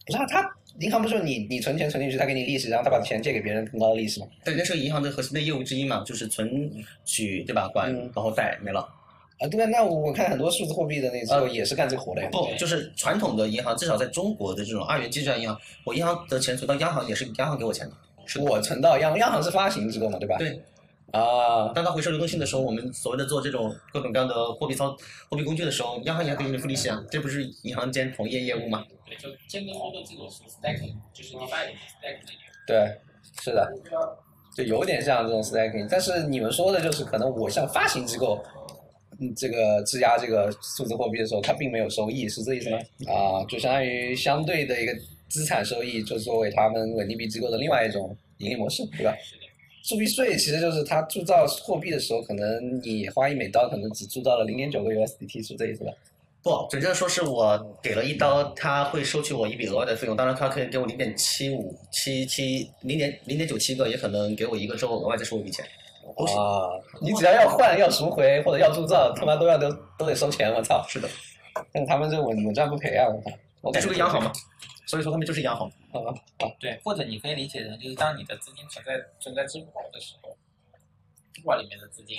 Speaker 2: 不是啊，他银行不是说你你存钱存进去，他给你利息，然后他把钱借给别人更高的利息吗？
Speaker 3: 对，那是银行的核心的业务之一嘛，就是存取对吧？管
Speaker 2: 嗯
Speaker 3: 然后贷没了。
Speaker 2: 啊，对啊，那我看很多数字货币的那机构
Speaker 3: 呃
Speaker 2: 也是干这个活的呀。
Speaker 3: 不，就是传统的银行，至少在中国的这种二元机制下银行，我银行的钱存到央行也是央行给我钱的。
Speaker 2: 我存到央央行是发行机构嘛，对吧？
Speaker 3: 对，
Speaker 2: 啊，
Speaker 3: 当它回收流动性的时候，我们所谓的做这种各种各样的货币操货币工具的时候，央行也给你付利息啊，这不是银行间同业业务吗？
Speaker 4: 对，就真跟说的这种是 stacking，就是
Speaker 3: 哦
Speaker 4: dividing stacking 的原
Speaker 2: 对，是的，就有点像这种 stacking，但是你们说的就是可能我向发行机构。嗯，这个质押这个数字货币的时候，它并没有收益，是这意思吗？啊，就相当于相对的一个资产收益，就作为他们稳定币机构的另外一种盈利模式，对吧？
Speaker 4: 因是的。
Speaker 2: 铸币税其实就是它铸造货币的时候，可能你花一美刀，可能只铸造了零点九个 USDT，是这意思吧？
Speaker 3: 不，准确地说是我给了一刀，他会收取我一笔额外的费用，当然他可以给我零点七五七七零点零点九七个，也可能给我一个之后额外再收我一笔钱。不是
Speaker 2: 啊，你只要要换、要赎回或者要铸造，他妈都要都都得收钱，我操！
Speaker 3: 是的，
Speaker 2: 但他们这稳稳赚不赔啊，我操！我
Speaker 3: 这
Speaker 2: 感
Speaker 3: 是
Speaker 2: 觉
Speaker 3: 个央行嘛，所以说他们就是央行。
Speaker 2: 啊啊，
Speaker 4: 对，或者你可以理解成就是当你的资金存在存在支付宝的时候，支付宝里面的资金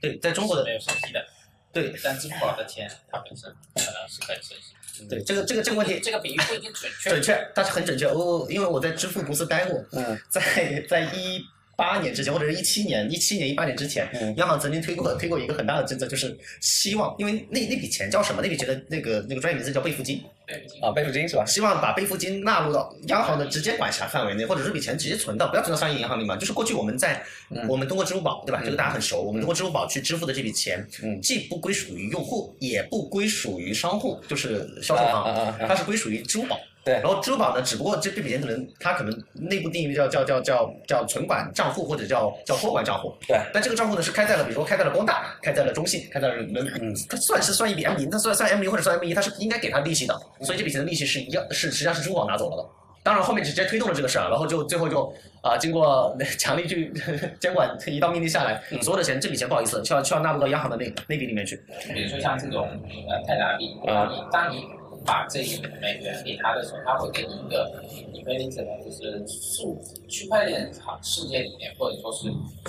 Speaker 3: 对，在中国
Speaker 4: 是
Speaker 3: 的
Speaker 4: 没有收息的，
Speaker 3: 对
Speaker 4: 但支付宝的钱它本身可能是可以收息。
Speaker 3: 对这个这个这个问题
Speaker 4: 这个比喻不一定准确，
Speaker 3: 哦准确，但是很准确。我、因为我在支付公司待过，
Speaker 2: 嗯
Speaker 3: 在在一八年之前，或者是一七年、一七年、一八年之前，央行曾经推过推过一个很大的政策，就是希望，因为那那笔钱叫什么？那笔钱的那个那个专业名字叫备付金，
Speaker 4: 对，
Speaker 2: 啊，备付金是吧？
Speaker 3: 希望把备付金纳入到央行的直接管辖范围内，或者这笔钱直接存到，不要存到商业银行里嘛。就是过去我们在、
Speaker 2: 嗯
Speaker 3: 我们通过支付宝，对吧？这个大家很熟，我们通过支付宝去支付的这笔钱，
Speaker 2: 嗯
Speaker 3: 既不归属于用户，也不归属于商户，就是销售
Speaker 2: 啊
Speaker 3: 方，
Speaker 2: 啊啊啊
Speaker 3: 它是归属于支付宝。
Speaker 2: 对
Speaker 3: 然后支付宝呢，只不过这这笔钱可能它可能内部定义叫叫叫叫叫存款账户或者叫叫托管账户，
Speaker 2: 对
Speaker 3: 但这个账户呢是开在了，比如说开在了光大，开在了中信，开在了人，
Speaker 2: 嗯
Speaker 3: 它算是算一笔 M 零，它算算 M 零或者算 M 一，它是应该给它利息的，
Speaker 2: 嗯
Speaker 3: 所以这笔钱的利息是一样，是实际上是支付宝拿走了的。当然后面直接推动了这个事儿，然后就最后就啊、经过 强力去监管一道命令下来，
Speaker 2: 嗯
Speaker 3: 所有的钱这笔钱不好意思，需要需要纳入到央行的那那笔里面去。
Speaker 4: 比如说像这种呃泰达币，当你当你把这一美元给他的时候，他会给你一个你可以怎么就是数区块链行世界里面或者说是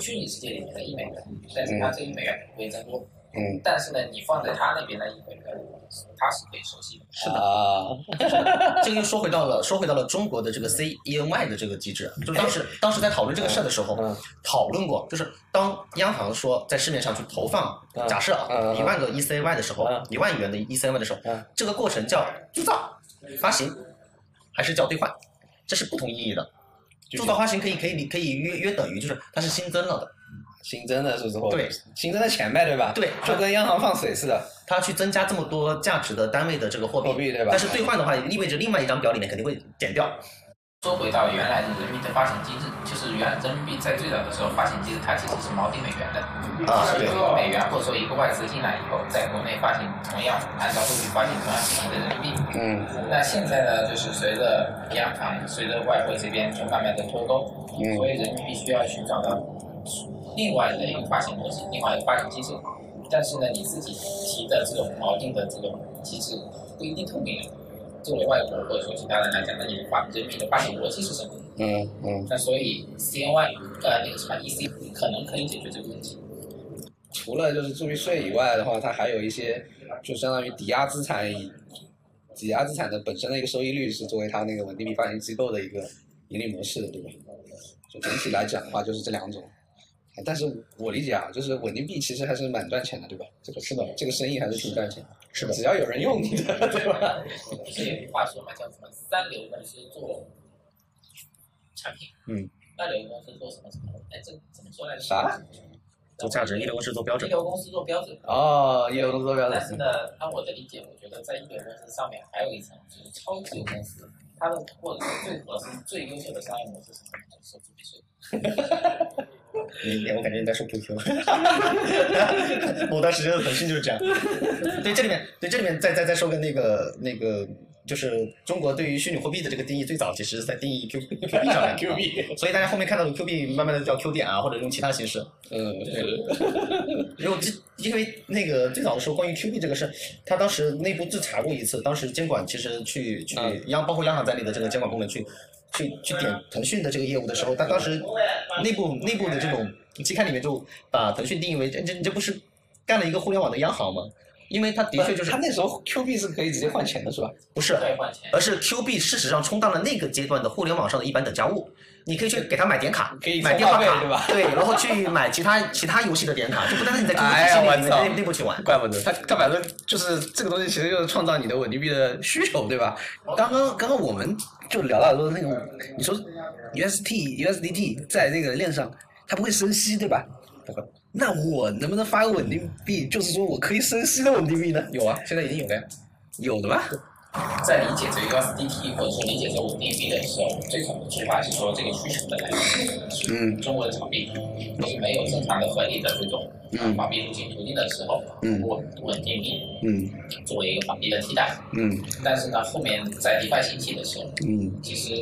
Speaker 4: 虚拟世界里面的一美元，但是它这一美元不会增多。
Speaker 2: 嗯，
Speaker 4: 但是呢，你放在他那边的一美元，他是可以熟悉的。
Speaker 2: 是的啊，
Speaker 3: 这个又说回到了说回到了中国的这个 C E N Y 的这个机制，就当时当时在讨论这个事儿的时候
Speaker 2: 嗯，
Speaker 3: 讨论过，就是当央行说在市面上去投放
Speaker 2: 嗯，
Speaker 3: 假设啊
Speaker 2: 嗯
Speaker 3: 一万个 E C N Y 的时候
Speaker 2: 嗯，
Speaker 3: 一万元的 E C N Y 的时候
Speaker 2: 嗯，
Speaker 3: 这个过程叫铸造、发行，还是叫兑换，这是不同意义的。
Speaker 2: 具体
Speaker 3: 铸造发行可以可以可以约约等于就是它是新增了的，
Speaker 2: 新增的是之后，
Speaker 3: 对，
Speaker 2: 新增的钱呗，对吧？
Speaker 3: 对
Speaker 2: 就跟央行放水似的，
Speaker 3: 它去增加这么多价值的单位的这个货币，
Speaker 2: 货币对吧
Speaker 3: 但是兑换的话，意味着另外一张表里面肯定会减掉，
Speaker 4: 说回到原来的人民币的发行机制，就是原来人民币在最早的时候发行机制，它其实是锚定美元的，
Speaker 3: 啊
Speaker 4: 就
Speaker 3: 对
Speaker 4: 是一个美元或者说一个外资进来以后，在国内发行同样按照汇率发行同样金额的人民币。
Speaker 2: 嗯
Speaker 4: 那现在呢，就是随着央行、随着外汇这边就慢慢的脱钩，
Speaker 3: 嗯
Speaker 4: 所以人民币需要寻找到另外的一个发行模式，另外一个发行机制。但是呢，你自己提的这种锚定的这种机制不一定透明。作为外国或者说其他人来讲，那你们发人民币的发行逻辑是什么？
Speaker 2: 嗯嗯，
Speaker 4: 那所以 CNY 呃那个什么 EC 可能可以解决这个问题。
Speaker 2: 除了就是注意税以外的话，它还有一些就相当于抵押资产以抵押资产的本身的一个收益率是作为它那个稳定币发行机构的一个盈利模式的，对吧？就整体来讲的话，就是这两种。哎但是我理解啊，就是稳定币其实还是蛮赚钱的，对吧？这个是的，这个生意还是挺赚钱的。是的，只要有人用你的，对吧？
Speaker 4: 这有句话说嘛，叫什么三流公司做产品，
Speaker 2: 嗯，
Speaker 4: 二流公司做什么什么？哎，这怎么说来着？
Speaker 2: 啥？
Speaker 3: 做价值，一流公司做标
Speaker 4: 一
Speaker 3: 准。
Speaker 4: 流公司做标准。
Speaker 2: 哦，也有工作标
Speaker 4: 但是 呢，按我的理解，我觉得在一流公司上面还有一层，就是超级流公司，它的或者是最核心、最优秀的商业模式是什么？就是收自闭税。
Speaker 3: 你我感觉你在说 QQ，某段时间的腾讯就是这样。对，这里面对这里面再再再说个那个那个，就是中国对于虚拟货币的这个定义，最早其实是在定义 Q Q 币上 面
Speaker 2: Q 币，
Speaker 3: 所以大家后面看到的 Q 币慢慢的叫 Q 点啊，或者用其他形式。
Speaker 2: 嗯，对，
Speaker 3: 因为这因为那个最早的时候，关于 Q 币这个事，他当时内部自查过一次，当时监管其实去去
Speaker 2: 嗯
Speaker 3: 央包括央行在内的这个监管部门去去去点腾讯的这个业务的时候，他当时内部内部的这种期刊里面就把腾讯定义为这这这不是干了一个互联网的央行吗？因为他的确就是
Speaker 2: 他那时候 Q 币是可以直接换钱的，是吧？
Speaker 3: 不是
Speaker 4: 兑换钱。
Speaker 3: 而是 Q 币事实上充当了那个阶段的互联网上的一般等价物，你可以去给他买点卡，
Speaker 2: 可以
Speaker 3: 买电话
Speaker 2: 充话
Speaker 3: 卡，
Speaker 2: 费对吧？
Speaker 3: 对，然后去买其他其他游戏的点卡，就不单单你在 Q 币
Speaker 2: 哎呀
Speaker 3: 体系里
Speaker 2: 我操
Speaker 3: 面内内部去玩。
Speaker 2: 怪不得他，他反正就是这个东西，其实就是创造你的稳定币的需求，对吧？刚刚刚刚我们就聊到说那个，你说，E UST USDT 在那个链上，它不会生息，对吧？不会。那我能不能发个稳定币？就是说我可以生息的稳定币呢？有啊，
Speaker 5: 现在已经有了呀。
Speaker 2: 有的吧？
Speaker 4: 在理解这个 SDT 或者说理解这个稳定币的时候，最早的出发是说这个需求的来源是
Speaker 2: 嗯
Speaker 4: 中国的炒币，就是没有正常的合理的这种
Speaker 2: 嗯
Speaker 4: 法币入境途径的时候，
Speaker 2: 嗯
Speaker 4: 我稳定币
Speaker 2: 嗯
Speaker 4: 作为一个法币的替代。
Speaker 2: 嗯
Speaker 4: 但是呢，后面在 DeFi 兴起的时候，
Speaker 2: 嗯，
Speaker 4: 其实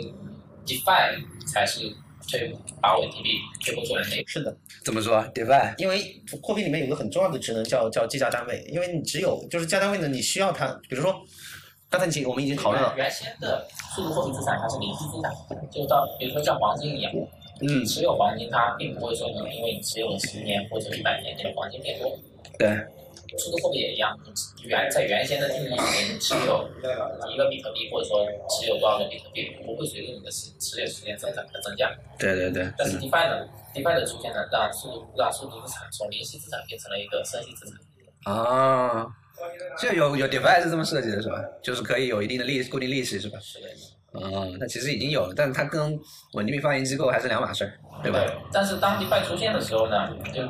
Speaker 4: DeFi 才是推把稳定币推波助澜的一个。
Speaker 3: 是的，
Speaker 2: 怎么说？DeFi
Speaker 3: 因为货币里面有个很重要的职能叫叫计价单位，因为你只有就是价单位呢，你需要它，比如说刚才你我们已经讨论了，
Speaker 4: 原先的数字货币资产它是零息资产，就到比如说像黄金一样，
Speaker 2: 嗯
Speaker 4: 你，持有黄金，它并不会说你因为你持有十年或者一百年，你的黄金变多。
Speaker 2: 对，
Speaker 4: 数字货币也一样，原在原先的定义里面持有一个比特币，或者说持有多少个比特币，不会随着你的持持有时间增长和增加。
Speaker 2: 对对对，
Speaker 4: 但是 DeFi 呢，DeFi 的出现呢，让数让数字资产从零息资产变成了一个生息资产。
Speaker 2: 啊，就有有 DeFi 是这么设计的是吧？就是可以有一定的利固定利息是吧？
Speaker 4: 是的。
Speaker 2: 啊，那其实已经有了，但是它跟稳定币发行机构还是两码事儿，对吧？
Speaker 4: 但是当 DeFi 出现的时候呢，就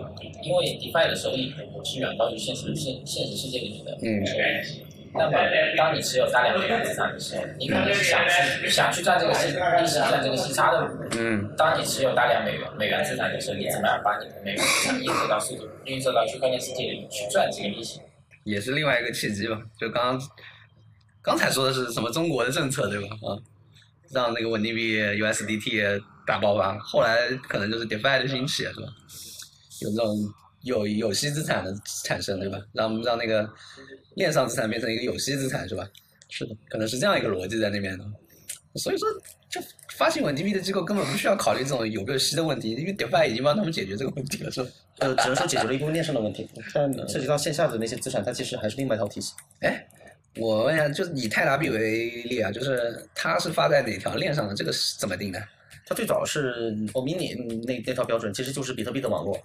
Speaker 4: 因为 DeFi 的收益是远高于现实现现实世界里面的。
Speaker 2: 嗯
Speaker 4: 那么，当你持有大量的资产的时候，你肯定是想去想去赚这个息，利息赚这个息差的嘛。
Speaker 2: 嗯
Speaker 4: 当你持有大量美元美元资产的时候，你怎么样把你的美元资产运射到数字运射到区块链世界里去赚这个利息？，
Speaker 2: 也是另外一个契机吧。就刚刚刚才说的是什么中国的政策对吧？啊，让那个稳定币 USDT 大爆发，后来可能就是 DeFi 的兴起是吧？有这种有有息资产的产生对吧？让让那个链上资产变成一个有息资产是吧？是的，可能是这样一个逻辑在那边的。所以说，这发行稳定币的机构根本不需要考虑这种有没有息的问题，因为 DeFi 已经帮他们解决这个问题了，是吧？
Speaker 3: 呃，只能说解决了一部分链上的问题，但涉及到线下的那些资产，它其实还是另外一套体系。
Speaker 2: 哎，我问一下，就是以泰达币为例啊，就是它是发在哪条链上的？这个是怎么定的？
Speaker 3: 它最早是 Omni 那那套标准，其实就是比特币的网络。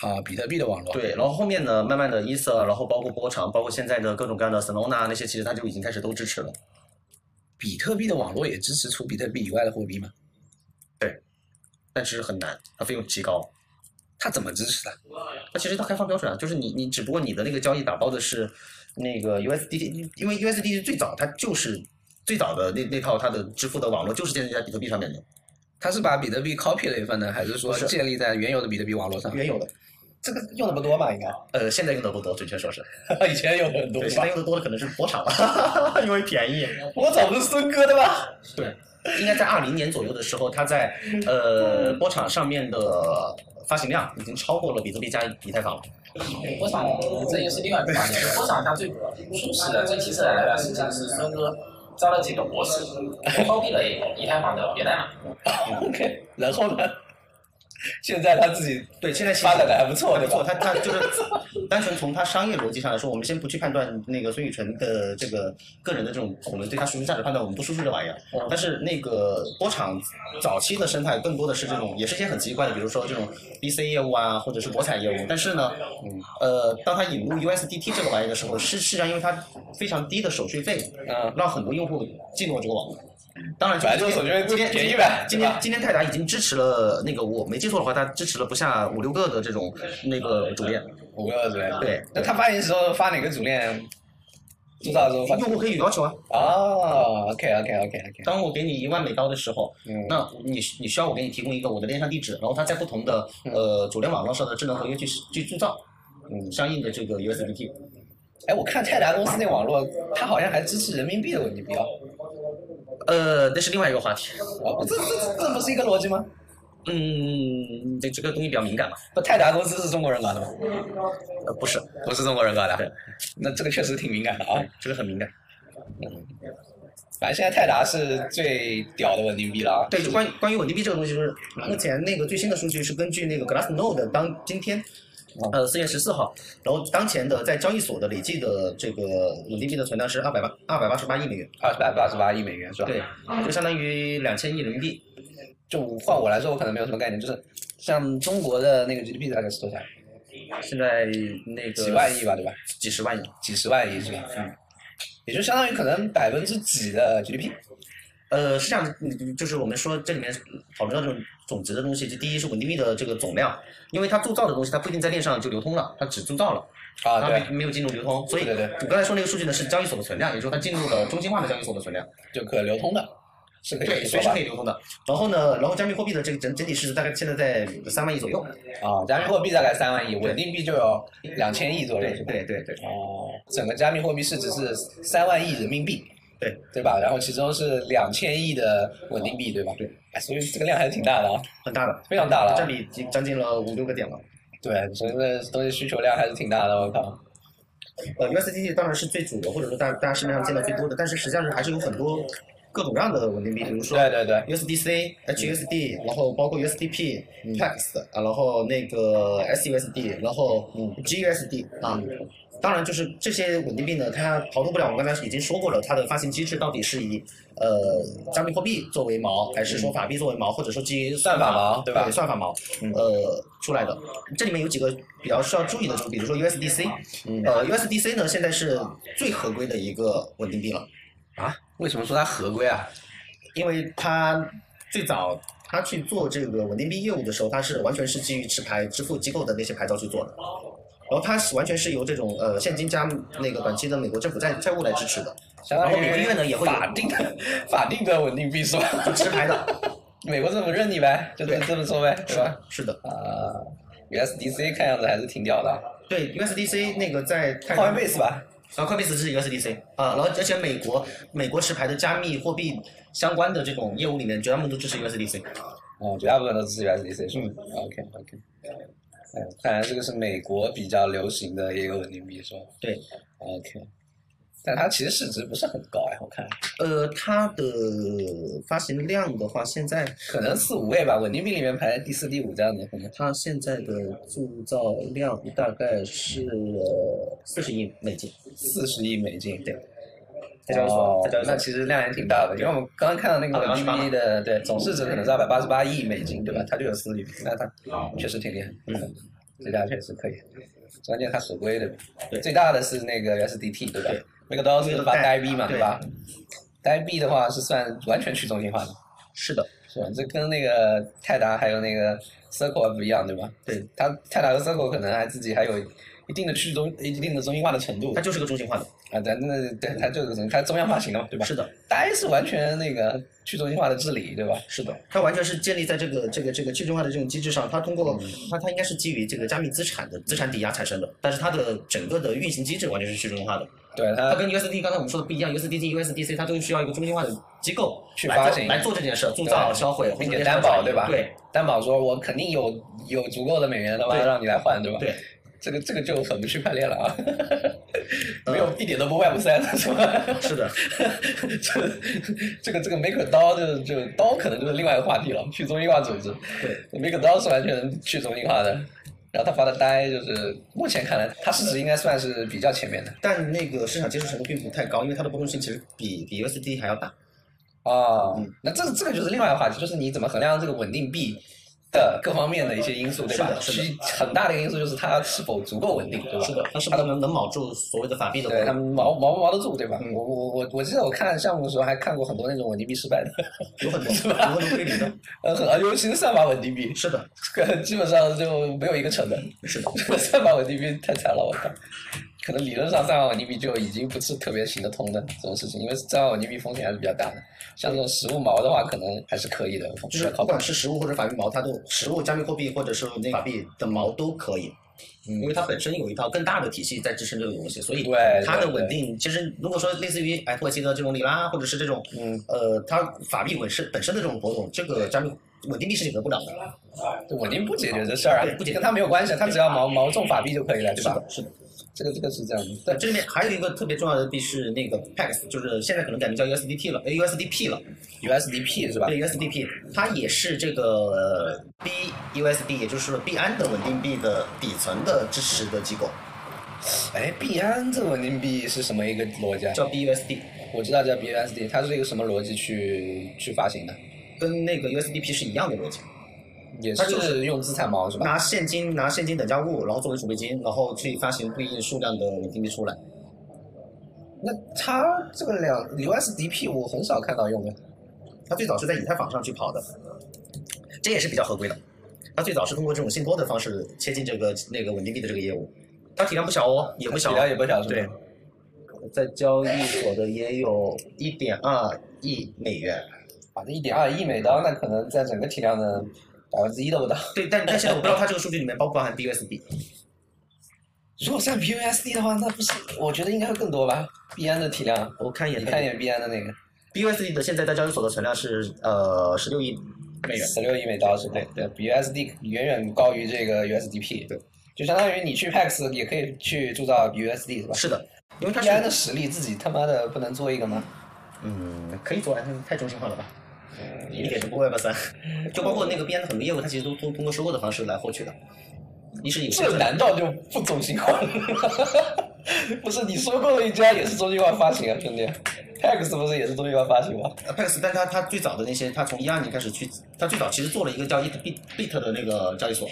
Speaker 2: 啊，比特币的网络。
Speaker 3: 对，然后后面呢，慢慢的 ETH，然后包括波长，包括现在的各种各样的 Solana 那些，其实它就已经开始都支持了。
Speaker 2: 比特币的网络也支持除比特币以外的货币吗？
Speaker 3: 但是很难，它费用极高。
Speaker 2: 它怎么支持的？
Speaker 3: 它其实它开放标准啊，就是你你只不过你的那个交易打包的是那个 USDT，因为 USDT 最早它就是最早的那那套它的支付的网络就是建立在比特币上面的，
Speaker 2: 它是把比特币 copy 了一份呢，还是说
Speaker 3: 不是
Speaker 2: 建立在原有的比特币网络上？
Speaker 3: 原有的。
Speaker 2: 这个用的不多吧？应该
Speaker 3: 呃，现在用的不多，准确说是，
Speaker 2: 以前用的很多
Speaker 3: 对，
Speaker 2: 吧
Speaker 3: 现在用的多的可能是波场了， 因为便宜。
Speaker 2: 我早不是孙哥的吧？
Speaker 3: 应该在二零年左右的时候，它在呃波场上面的发行量已经超过了比特币加以太坊了。
Speaker 4: 我想这又是另外一个话题。我想它最初始的、最起始的来源实际上是孙哥招了几个博士，包庇了以太坊的源代码。
Speaker 2: OK，然后呢？ 现在他自己
Speaker 3: 对，现在
Speaker 2: 发展的还不错，
Speaker 3: 没
Speaker 2: 对
Speaker 3: 错，
Speaker 2: 吧？
Speaker 3: 它它就是 单纯从它商业逻辑上来说，我们先不去判断那个孙宇晨的这个个人的这种我们对他孰优价值判断，我们不输出这玩意儿。
Speaker 2: 嗯
Speaker 3: 但是那个波场早期的生态更多的是这种，也是一些很奇怪的，比如说这种 BC 业务啊，或者是博彩业务。但是呢，
Speaker 2: 嗯
Speaker 3: 呃，当它引入 USDT 这个玩意儿的时候，是实际上因为它非常低的手续费，
Speaker 2: 嗯，
Speaker 3: 让很多用户进入了这个网络。当然，
Speaker 2: 反正手续费
Speaker 3: 今天
Speaker 2: 便宜呗，
Speaker 3: 今
Speaker 2: 对
Speaker 3: 天
Speaker 2: 吧
Speaker 3: 今天泰达已经支持了那个，我没记错的话，它支持了不下五六个的这种那个主链。
Speaker 2: 五个之类的。
Speaker 3: 对，
Speaker 2: 那他发言的时候发哪个主链？多少时候发？
Speaker 3: 用户可以有要求啊。
Speaker 2: 哦，OK OK OK OK，
Speaker 3: 当我给你一万美刀的时候，
Speaker 2: 嗯
Speaker 3: 那你你需要我给你提供一个我的链上地址，然后它在不同的呃主链网络上的智能合约去去铸造，嗯，相应的这个 USDT。
Speaker 2: 哎，我看泰达公司那网络，它好像还支持人民币的稳定币哦。
Speaker 3: 呃，那是另外一个话题。
Speaker 2: 哦，这这这不是一个逻辑吗？
Speaker 3: 嗯，这这个东西比较敏感嘛。
Speaker 2: 不，泰达公司是中国人搞的吗？
Speaker 3: 呃，不是，
Speaker 2: 不是中国人搞
Speaker 3: 对
Speaker 2: 的，那这个确实挺敏感的啊。嗯
Speaker 3: 这个很敏感。
Speaker 2: 反正现在泰达是最屌的稳定币了啊。
Speaker 3: 对，就关于关于稳定币这个东西，就是目前那个最新的数据是根据那个 Glassnode 当今天，呃四月十四号，然后当前的在交易所的累计的这个稳定币的存量是二百八二百八十八亿美元，
Speaker 2: 二百八十八亿美元是吧？
Speaker 3: 对，，就相当于两千亿人民币。
Speaker 2: 就换我来说，我可能没有什么概念，就是像中国的那个 GDP 大概是多少？
Speaker 3: 现在那个
Speaker 2: 几万亿吧，对吧？
Speaker 3: 几十万亿，
Speaker 2: 几十万亿是吧？嗯，也就相当于可能百分之几的 GDP。
Speaker 3: 呃，是这样，嗯就是我们说这里面讨论到这种总值的东西，就第一是稳定币的这个总量，因为它铸造的东西它不一定在链上就流通了，它只铸造了。
Speaker 2: 啊，
Speaker 3: 它
Speaker 2: 对
Speaker 3: 没，没有进入流通，所以
Speaker 2: 对对对
Speaker 3: 我刚才说那个数据呢是交易所的存量，也就是它进入了中心化的交易所的存量，
Speaker 2: 就可流通的，是可以
Speaker 3: 对，
Speaker 2: 这
Speaker 3: 随
Speaker 2: 么
Speaker 3: 时
Speaker 2: 说吧
Speaker 3: 可？以流通的。然后呢，然后加密货币的这个整整体市值大概现在在三万亿左右，
Speaker 2: 啊，加密货币大概三万亿，稳定币就有两千亿左右，是吧？
Speaker 3: 对对对，
Speaker 2: 哦，整个加密货币市值是三万亿人民币，
Speaker 3: 对
Speaker 2: 对吧？然后其中是两千亿的稳定币，对吧？
Speaker 3: 对，
Speaker 2: 哎，所以这个量还是挺大的啊，
Speaker 3: 很大的，
Speaker 2: 非常大了啊。
Speaker 3: 占比已将近了五六个点了。
Speaker 2: 对，所以这东西需求量还是挺大的，我靠。
Speaker 3: 呃，USDT 当然是最主流，或者说大大家市面上见的最多的，但是实际上是还是有很多各种各样的稳定币，比如说
Speaker 2: 对对对，
Speaker 3: USDC、HUSD，然后包括 USDP、PAX 啊，然后那个 SUSD，然后 GUSD 啊，当然，就是这些稳定币呢，它逃脱不了我们刚才已经说过了，它的发行机制到底是以呃加密货币作为锚，还是说法币作为锚，或者说基于算
Speaker 6: 算法锚对吧
Speaker 3: 算法锚，
Speaker 6: 嗯
Speaker 3: 呃出来的。这里面有几个比较需要注意的，就比如说 USDC，呃 USDC 呢现在是最合规的一个稳定币了，
Speaker 2: 啊？为什么说它合规啊？
Speaker 3: 因为它最早它去做这个稳定币业务的时候，它是完全是基于持牌支付机构的那些牌照去做的，然后它是完全是由这种呃现金加那个短期的美国政府债债务来支持的，
Speaker 2: 相当于
Speaker 3: 然后每个月呢也会有
Speaker 2: 法定的 法定的稳定币是吧？
Speaker 3: 就持牌的，
Speaker 2: 美国政府认你呗，就这
Speaker 3: 对
Speaker 2: 这么说呗，对吧？
Speaker 3: 是的，
Speaker 2: 啊，USDC 看样子还是挺屌的
Speaker 3: 对 USDC 那个在泰国
Speaker 2: ，Coinbase 吧？
Speaker 3: 然后 Coinbase 是 USDC 啊，然后而且美国美国持牌的加密货币相关的这种业务里面，绝大部分都支持 USDC。
Speaker 2: 嗯，绝大部分都支持 USDC 是
Speaker 3: 嗯
Speaker 2: 吧？OK OK。哎，看来这个是美国比较流行的一个稳定币是吧？
Speaker 3: 对
Speaker 2: ，OK。但它其实市值不是很高哎，我看
Speaker 3: 呃，它的发行量的话，现在
Speaker 2: 可能四五位吧，稳定币里面排第四、第五这样子，可能
Speaker 3: 它现在的铸造量大概是四十亿美金，
Speaker 2: 四十亿美金。对，
Speaker 3: 在交易所，
Speaker 2: 哦
Speaker 3: 在交易
Speaker 2: 那
Speaker 3: 所。
Speaker 2: 其实量也挺大的，因为我们刚啊刚看到那个稳定币的对总市值可能是二百八十八亿美金，对吧？它就有四亿，那它确实挺厉害，嗯，这家确实可以，关键它合规对吧？
Speaker 3: 对
Speaker 2: 最大的是那个 USDT 对吧
Speaker 3: 对？
Speaker 2: 每个都是发
Speaker 3: 对
Speaker 2: 呆币嘛，对吧？呆币的话是算完全去中心化的，
Speaker 3: 是的，
Speaker 2: 是吧？这跟那个泰达还有那个 Circle 不一样，对吧？
Speaker 3: 对，
Speaker 2: 它泰达和 Circle 可能还自己还有一定的去中一定的中心化的程度
Speaker 3: 它，就是个中心化的。
Speaker 2: 啊，对，那对它就是它中央化型的嘛，对吧？
Speaker 3: 是的，
Speaker 2: 呆是完全那个去中心化的治理，对吧？
Speaker 3: 是的，它完全是建立在这个这个这个去中心化的这种机制上。它通过
Speaker 2: 嗯
Speaker 3: 它它应该是基于这个加密资产的资产抵押产生的，但是它的整个的运行机制完全是去中心化的。
Speaker 2: 对
Speaker 3: 它
Speaker 2: 它
Speaker 3: 跟 USD 刚才我们说的不一样，USDT、USDC 它都需要一个中心化的机构
Speaker 2: 去
Speaker 3: 来
Speaker 2: 发
Speaker 3: 做
Speaker 2: 行
Speaker 3: 来做这件事，铸造、
Speaker 2: 对
Speaker 3: 销毁，
Speaker 2: 并
Speaker 3: 或
Speaker 2: 且
Speaker 3: 者
Speaker 2: 担保，对吧？
Speaker 3: 对，
Speaker 2: 担保说我肯定有有足够的美元的话
Speaker 3: 对
Speaker 2: 让你来换，对吧？
Speaker 3: 对，
Speaker 2: 这个这个就很不区块链了啊，
Speaker 3: 嗯
Speaker 2: 没有一点都不 Web 三，是吧？
Speaker 3: 是的，
Speaker 2: 这这个这个 Maker 刀就就刀可能就是另外一个话题了，去中心化组织。
Speaker 3: 对，
Speaker 2: Maker 刀是完全去中心化的，然后他发的呆就是目前看来，它市值应该算是比较前面的
Speaker 3: 但那个市场接受程度并不太高，因为它的波动性其实比比 USD 还要大。
Speaker 2: 哦，
Speaker 3: 嗯
Speaker 2: 那这个这个就是另外一个话题，就是你怎么衡量这个稳定币的各方面的一些因素，对吧？
Speaker 3: 是的是
Speaker 2: 其很大的一个因素就是它是否足够稳定，对吧？
Speaker 3: 是的，嗯它是不是能能保住所谓的法币的
Speaker 2: 对他
Speaker 3: 稳
Speaker 2: 们毛毛不毛得住，对吧？
Speaker 3: 嗯
Speaker 2: 我我我我记得我看项目的时候还看过很多那种稳定币失败的，
Speaker 3: 定？有很多有很多规律 的。
Speaker 2: 呃，很尤其是算法稳定币，
Speaker 3: 是的，
Speaker 2: 这个基本上就没有一个成的。
Speaker 3: 嗯是的，
Speaker 2: 算法稳定币太惨了，我靠！可能理论上算法稳定币就已经不是特别行得通的这种事情，因为算法稳定币风险还是比较大的。像这种实物毛的话，可能还是可以的，
Speaker 3: 就
Speaker 2: 比
Speaker 3: 是
Speaker 2: 较靠
Speaker 3: 不
Speaker 2: 谱
Speaker 3: 管。是实物或者法币锚，它都实物加密货币或者是那个法币的锚都可以。
Speaker 2: 嗯
Speaker 3: 因为它本身有一套更大的体系在支撑这个东西，所以
Speaker 2: 对对
Speaker 3: 它的稳
Speaker 2: 对
Speaker 3: 定，其实如果说类似于哎土耳其的这种里拉，或者是这种，
Speaker 2: 嗯
Speaker 3: 呃，它法币本身本身的这种波动，这个加密稳定币是解决不了的。
Speaker 2: 对稳定不解决这事儿啊
Speaker 3: 对，不解决
Speaker 2: 跟他没有关系啊，他只要毛毛中法币就可以了，对
Speaker 3: 是
Speaker 2: 吧
Speaker 3: 的，？是的。
Speaker 2: 这个这个是这样的，
Speaker 3: 对，
Speaker 2: 对，
Speaker 3: 这里面还有一个特别重要的币是那个 PAX，就是现在可能改名叫 USDT 了，哎 USDP 了，
Speaker 2: USDP 是吧？
Speaker 3: 对 USDP，它也是这个 BUSD，也就是说币安的稳定币的底层的支持的机构，
Speaker 2: 哎，币安这稳定币是什么一个逻辑啊？
Speaker 3: 叫 BUSD，
Speaker 2: 我知道叫 BUSD，它是一个什么逻辑去去发行的？
Speaker 3: 跟那个 USDP 是一样的逻辑。
Speaker 2: 也
Speaker 3: 它就是
Speaker 2: 用资产锚是吧？
Speaker 3: 拿现金拿现金等价物，然后作为储备金，然后去发行对应数量的稳定币出来。
Speaker 2: 那它这个两 USDP 我很少看到用的。
Speaker 3: 它最早是在以太坊上去跑的，这也是比较合规的。它最早是通过这种信托的方式切进这个那个稳定币的这个业务，它体量不小哦，也不小、
Speaker 2: 体量也不小是吧
Speaker 3: 对，在交易所的也有一点二亿美元。
Speaker 2: 啊，这一点二亿美刀，那可能在整个体量的百分之一都不到。
Speaker 3: 对，但但现在我不知道它这个数据里面包不包含 BUSD。
Speaker 2: 如果算 BUSD 的话，那不是，我觉得应该会更多吧？币安的体量，
Speaker 3: 我看一眼，
Speaker 2: 你看一眼币安的那个
Speaker 3: BUSD 的现在在交易所的存量是呃十六亿美元。
Speaker 2: 十六亿美刀是吧？对比，USD 远远高于这个 USDP。
Speaker 3: 对，
Speaker 2: 就相当于你去 PAX 也可以去铸造 USD 是吧？
Speaker 3: 是的，因为它
Speaker 2: 币安的
Speaker 3: 是
Speaker 2: 实力自己他妈的不能做一个吗？
Speaker 3: 嗯可以做，但是太中心化了吧？一点都不 Web 三，
Speaker 2: 嗯
Speaker 3: 就包括那个币安的很多业务，它其实都通通过收购的方式来获取的。你是有
Speaker 2: 这难道就不中心化了？ 不是你说过的一家也是中心化发行啊，兄弟，Pax 不是也是中心化发行吗？
Speaker 3: 呃 p a x 但它它最早的那些，它从一二年开始去，它最早其实做了一个叫 It Bit Bit 的那个交易所，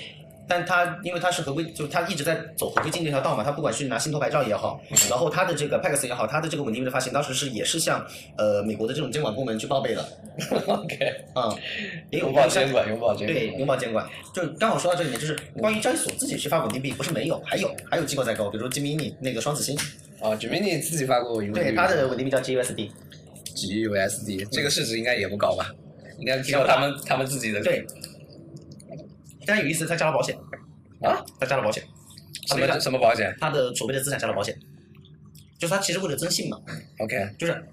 Speaker 3: 但它因为它是合规，就是它一直在走合规经济这条道嘛，它不管是拿信托牌照也好，
Speaker 2: 嗯
Speaker 3: 然后它的这个 Pax 也好，它的这个稳定币的发行，当时是也是向呃美国的这种监管部门去报备的，
Speaker 2: OK，
Speaker 3: 啊、也有
Speaker 2: 拥抱监管，拥抱监
Speaker 3: 对，
Speaker 2: 管。嗯
Speaker 3: 拥抱监管。就是刚好说到这里面，就是关于交易所自己去发稳定币，不是没有，还有还有机构在搞，比如说 Gemini 那个双子星，
Speaker 2: 啊 j i m i n 自己发过一个
Speaker 3: 对，它的稳定币叫 GUSD，
Speaker 2: GUSD，这个市值应该也不高吧？应该只有他们他们自己的
Speaker 3: 对。但有意思，它加了保险
Speaker 2: 啊？
Speaker 3: 它加了保险，
Speaker 2: 什么什么保险
Speaker 3: 它的储备的资产加了保险，就是它其实为了增信嘛，
Speaker 2: ？OK，
Speaker 3: 就是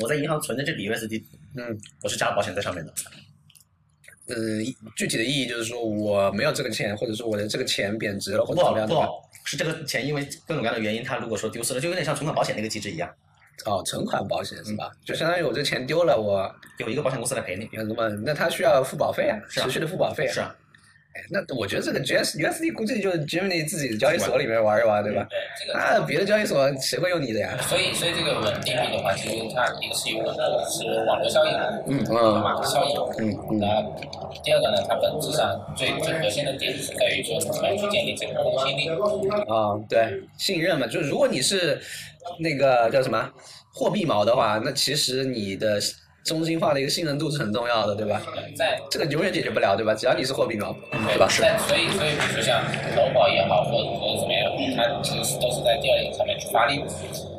Speaker 3: 我在银行存的这笔 USD，
Speaker 2: 嗯，
Speaker 3: 我是加了保险在上面的，
Speaker 2: 嗯，具体的意义就是说我没有这个钱，或者说我的这个钱贬值了，或
Speaker 3: 不
Speaker 2: 者怎么
Speaker 3: 好
Speaker 2: 样
Speaker 3: 不
Speaker 2: 的
Speaker 3: 好。是这个钱，因为各种各样的原因，它如果说丢失了，就有点像存款保险那个机制一样，
Speaker 2: 哦，存款保险是吧？就相当于我这钱丢了，我
Speaker 3: 有一个保险公司来赔你。
Speaker 2: 有什么？那他需要付保费啊，
Speaker 3: 是啊
Speaker 2: 持续的付保费啊。
Speaker 3: 是啊，
Speaker 2: 哎那我觉得这个 GS USD 估计就是 Gemini 自己的交易所里面玩一玩，对吧？
Speaker 4: 对这个。
Speaker 2: 那别的交易所谁会用你的呀？
Speaker 4: 所以，所以这个稳定币的话，其实它一个是有一个是网络效应，
Speaker 2: 嗯
Speaker 4: 网络效应，
Speaker 2: 嗯嗯
Speaker 4: 那第二个呢，它本质上最最核心的点是在于说怎么样去建立这个公信力。
Speaker 2: 啊，对，信任嘛，就是如果你是那个叫什么货币锚的话，那其实你的中心化的一个信任度是很重要的，对吧？
Speaker 4: 在
Speaker 2: 这个永远解决不了，对吧？只要嗯你是货币锚，
Speaker 3: 嗯
Speaker 2: 对吧？
Speaker 4: 但所以所以，比如像投保也好，或者或者怎么样，它其实都是在第二点上面去发力。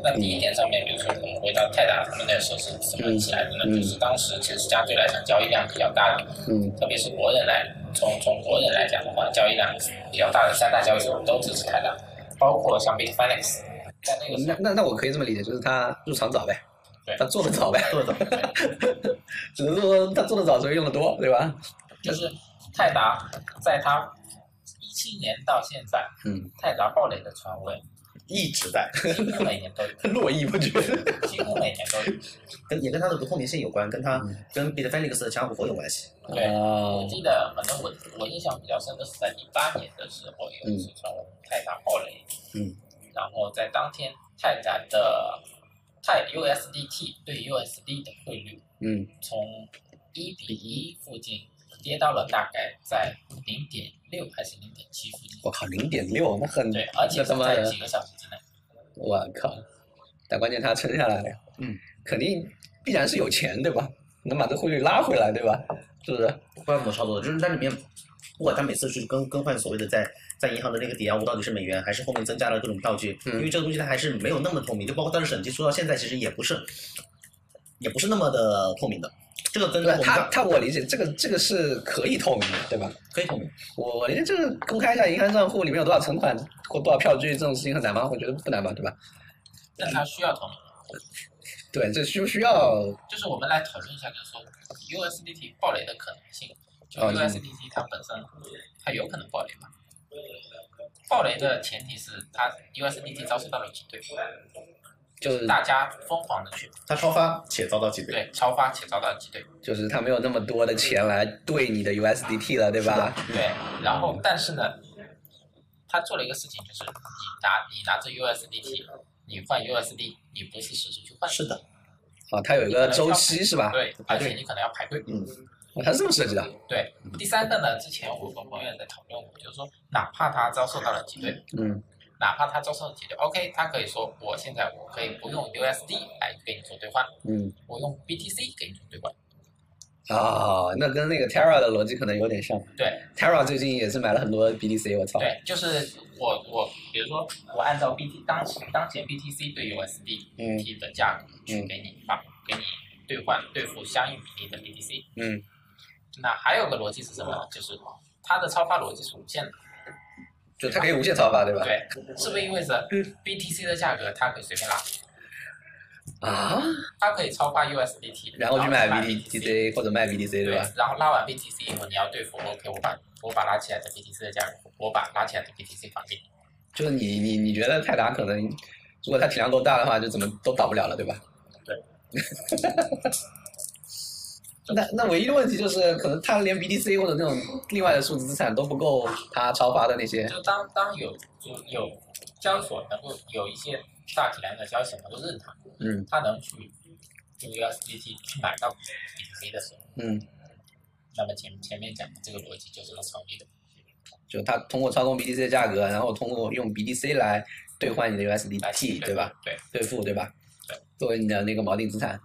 Speaker 4: 那第一点上面，比如说我们回到泰达他们那时候是怎
Speaker 2: 嗯
Speaker 4: 么起来的呢？就是当时其实相对来讲交易量比较大的，
Speaker 2: 嗯，
Speaker 4: 特别是国人来，从从国人来讲的话，交易量比较大的三大交易所都支持泰达，包括像 Bitfinex，在那个时
Speaker 2: 那
Speaker 4: 候，
Speaker 2: 那那我可以这么理解，就是他入场早呗
Speaker 4: 对，
Speaker 2: 他做的早呗，
Speaker 3: 做得早
Speaker 2: 只能说他做的早，所以用的多，对吧？
Speaker 4: 就是泰达在它一七年到现在，
Speaker 2: 嗯，
Speaker 4: 泰达暴雷的传闻
Speaker 3: 一直在，
Speaker 4: 几乎每年都有，
Speaker 2: 络绎不绝。
Speaker 4: 几乎每年都有。
Speaker 3: 跟也跟它的不透明性有关，跟它
Speaker 2: 嗯
Speaker 3: 跟 Bitfinex 的强虎活有关系。
Speaker 4: 对，
Speaker 2: 啊
Speaker 4: 我记得，反正我我印象比较深的是在一八年的时候，有一次传闻泰达爆雷，
Speaker 2: 嗯，
Speaker 4: 然后在当天泰达的泰 USDT 对 USD 的汇率
Speaker 2: 嗯
Speaker 4: 从一比一附近跌到了大概在零点六还是零点七附近，
Speaker 2: 我靠，零点六，那很
Speaker 4: 对，而且
Speaker 2: 那他
Speaker 4: 是
Speaker 2: 妈
Speaker 4: 在
Speaker 2: 的
Speaker 4: 几个小时之内，
Speaker 2: 我靠！但关键他撑下来了，
Speaker 3: 嗯，
Speaker 2: 肯定必然是有钱对吧？能把这汇率拉回来对吧？是不是？
Speaker 3: 不知道怎么操作的，就是它里面，不管它每次去更更换所谓的在在银行的那个抵押物到底是美元，还是后面增加了各种票据，
Speaker 2: 嗯
Speaker 3: 因为这个东西它还是没有那么透明，就包括它的审计做到现在其实也不是，也不是那么的透明的。这个跟我
Speaker 2: 对啊
Speaker 3: 们
Speaker 2: 他
Speaker 3: 刚
Speaker 2: 他我理解这个这个是可以透明的对吧？
Speaker 3: 可以透明，
Speaker 2: 我我理解这个公开一下银行账户里面有多少存款或多少票据这种事情很难吗？我觉得不难吧对吧？
Speaker 4: 但它需要同
Speaker 2: 对，这需不需要？
Speaker 4: 就是我们来讨论一下，就是说 USDT 暴雷的可能性。就
Speaker 2: 哦
Speaker 4: USDT 它本身，它有可能暴雷嘛？暴雷的前提是它 USDT 遭受到了挤兑，
Speaker 2: 就是
Speaker 4: 大家疯狂的去
Speaker 3: 它超发且遭到挤兑。
Speaker 4: 对嗯超发且遭到挤兑，
Speaker 2: 就是他没有那么多的钱来兑你的 USDT 了对吧？
Speaker 4: 对。然后但是呢，他做了一个事情，就是你拿你拿着 USDT，你换 USD，你不是实时去换，
Speaker 3: 是的，
Speaker 2: 啊，它有一个周期是吧？
Speaker 4: 对，而且你可能要排队。嗯
Speaker 2: 哦它是这么设计的。
Speaker 4: 对，第三个呢，之前我跟朋友也在讨论过，就是说哪怕他遭受到了挤兑，
Speaker 2: 嗯
Speaker 4: 哪怕他遭受了挤兑，OK，他可以说我现在我可以不用 USD 来给你做兑换，
Speaker 2: 嗯。
Speaker 4: 我用 BTC 给你做兑换。
Speaker 2: 啊，那跟那个 Terra 的逻辑可能有点像。
Speaker 4: 对
Speaker 2: ，Terra 最近也是买了很多 BTC，我操。
Speaker 4: 对，就是我我比如说我按照 BT 当前当前 BTC 对
Speaker 2: 嗯
Speaker 4: USDT 的价格去给你发、给你兑换兑付相应比例的 BTC。
Speaker 2: 嗯。
Speaker 4: 那还有个逻辑是什么呢？就是它的超发逻辑是无限的。
Speaker 2: 就它可以无限超发，对吧？嗯
Speaker 4: 对，是不是意味着 BTC 的价格它可以随便拉，
Speaker 2: 啊，
Speaker 4: 它可以超发 USDT，
Speaker 2: 然后去买
Speaker 4: 然 BTC，
Speaker 2: BTC 或者卖 BTC，对吧？？
Speaker 4: 然后拉完 BTC 以后，你要对付 OK，我把我把拉起来的 BTC 的价格，我把拉起来的 BTC 还给你。
Speaker 2: 就是你你你觉得泰达可能，如果它体量够大的话，就怎么都倒不了了，对吧？
Speaker 4: 对。
Speaker 2: 那那唯一的问题就是，可能它连 BTC 或者那种另外的数字资产都不够它超发的那些。
Speaker 4: 就当当有有有交易所能够有一些大体量的交易所能够认它，
Speaker 2: 嗯，
Speaker 4: 它能去用 USDT 去买到 BTC 的时候，
Speaker 2: 嗯，
Speaker 4: 那么前前面讲的这个逻辑就是能成立的，
Speaker 2: 就它通过操控 BTC 的价格，然后通过用 BTC 来兑换你的
Speaker 4: 来去
Speaker 2: USDT，对吧？？
Speaker 4: 对，
Speaker 2: 兑付，对吧
Speaker 4: 对？
Speaker 2: 作为你的那个锚定资产，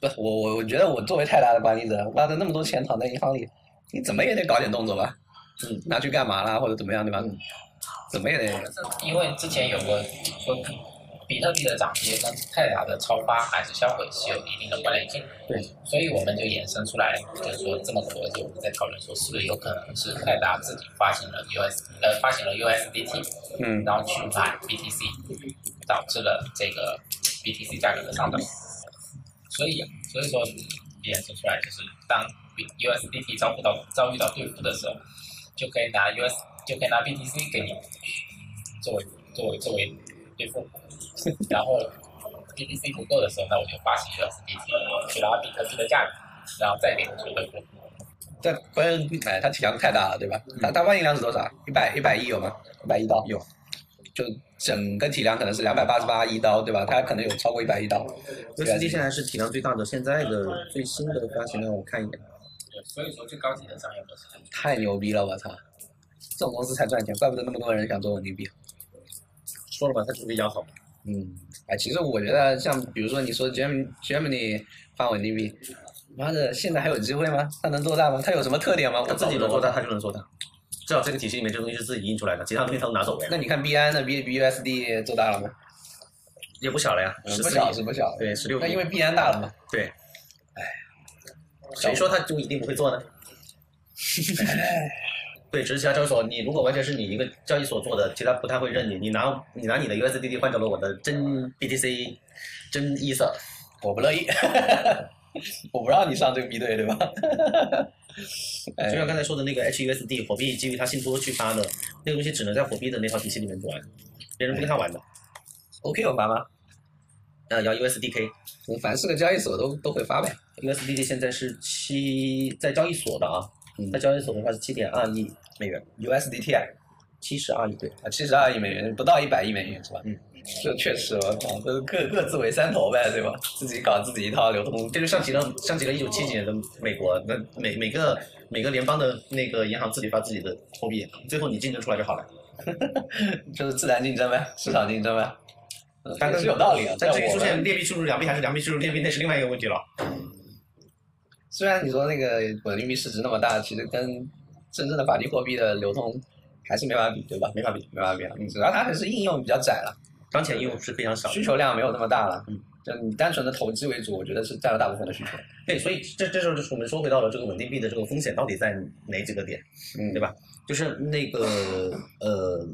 Speaker 2: 不，我我我觉得我作为泰达的管理者，挖的那么多钱躺在银行里，你怎么也得搞点动作吧？嗯，拿去干嘛啦，或者怎么样，对吧？怎么也得，
Speaker 4: 因为之前有个说比比特币的涨跌跟泰达的超发还是销毁是有一定的关联性。
Speaker 6: 对，
Speaker 4: 所以我们就衍生出来，就是说这么个逻辑，我们在讨论说是不是有可能是泰达自己发行了 US 呃发行了 USDT，
Speaker 2: 嗯
Speaker 4: 然后去买 BTC，导致了这个 BTC 价格的上涨。所以啊所以说衍生出来就是当 USDT 遭遇到遭遇到兑付的时候，就可以拿 US 就可以拿 BTC 给你作为作为作为兑付，然后 BTC 不够的时候，那我就发行 USDT 去拉比特币的价格，然后再给你做兑付。
Speaker 2: 但关键哎，它体量太大了，对吧？它它万亿量是多少？一百一百亿有吗？一百亿刀有，就整个体量可能是两百八十八亿刀，对吧？它可能有超过一百亿刀。
Speaker 3: USDT 现在是体量最大的，现在的最新的发行量我看一眼，
Speaker 4: 所以说，最高级的商业模式，
Speaker 2: 太牛逼了，我操！这种公司才赚钱，怪不得那么多人想做稳定币。
Speaker 3: 说了吧，它就是比较好。
Speaker 2: 嗯，哎，其实我觉得像比如说你说 Germany Germany 发稳定币，妈的，现在还有机会吗？它能做大吗？它有什么特点吗？我
Speaker 3: 他自己
Speaker 2: 搞
Speaker 3: 能
Speaker 2: 不
Speaker 3: 做
Speaker 2: 懂
Speaker 3: 大，他就能做大。至少这个体系里面，这东西是自己印出来的，其他东西他都拿走了呀，
Speaker 2: 那你看 B 安的 B B U S D 做大了吗？
Speaker 3: 也不小了呀，
Speaker 2: 嗯
Speaker 3: 十
Speaker 2: 不
Speaker 3: 四
Speaker 2: 小是
Speaker 3: 亿，
Speaker 2: 不小，
Speaker 3: 对，十六
Speaker 2: 那因
Speaker 3: 亿
Speaker 2: 为，币安大了嘛。
Speaker 3: 对。哎谁说他就一定不会做呢？哎对，只是其他交易所，你如果完全是你一个交易所做的，其他不太会认你。你拿你拿你的 USDT 换掉了我的真 BTC，真 E ETH，
Speaker 2: 我不乐意， 我不让你上这个 B 队，对吧？ 哎
Speaker 3: 就像刚才说的那个 HUSD 火币，基于它信托去发的那个东西，只能在火币的那套体系里面玩，别人不跟他玩的。
Speaker 2: ，OK 有发吗？
Speaker 3: 呃，要 USDK，
Speaker 2: 我凡是个交易所都都会发呗。
Speaker 3: USDT 现在是七，在交易所的啊，
Speaker 2: 嗯
Speaker 3: 在交易所的话是七点二亿美元，
Speaker 2: USDT 啊，
Speaker 3: 七十二亿对，
Speaker 2: 七十二亿美元，不到一百亿美元是吧？
Speaker 3: 嗯，
Speaker 2: 这确实，我靠，这各各自为三头呗，对吧？自己搞自己一套流通
Speaker 3: 这就像极了嗯像极了一九七几年的美国，那每每个每个联邦的那个银行自己发自己的货币，最后你竞争出来就好了。
Speaker 2: 就是自然竞争呗，市场竞争呗。嗯
Speaker 3: 但
Speaker 2: 也是有道理啊。
Speaker 3: 但至于
Speaker 2: 我
Speaker 3: 出现
Speaker 2: 们
Speaker 3: 劣币驱逐良币还是良币驱逐劣币，那是另外一个问题了。
Speaker 2: 虽然你说那个稳定币市值那么大，其实跟真正的法定货币的流通还是没法比，对吧？没法比，没法比啊。主要它还是应用比较窄了，
Speaker 3: 当前应用是非常小的，
Speaker 2: 需求量没有那么大了。
Speaker 3: 嗯，
Speaker 2: 就你单纯的投机为主，我觉得是占了大部分的需求。
Speaker 3: 对，所以这这时候就是我们说回到了这个稳定币的这个风险到底在哪几个点，
Speaker 2: 嗯
Speaker 3: 对吧？就是那个呃，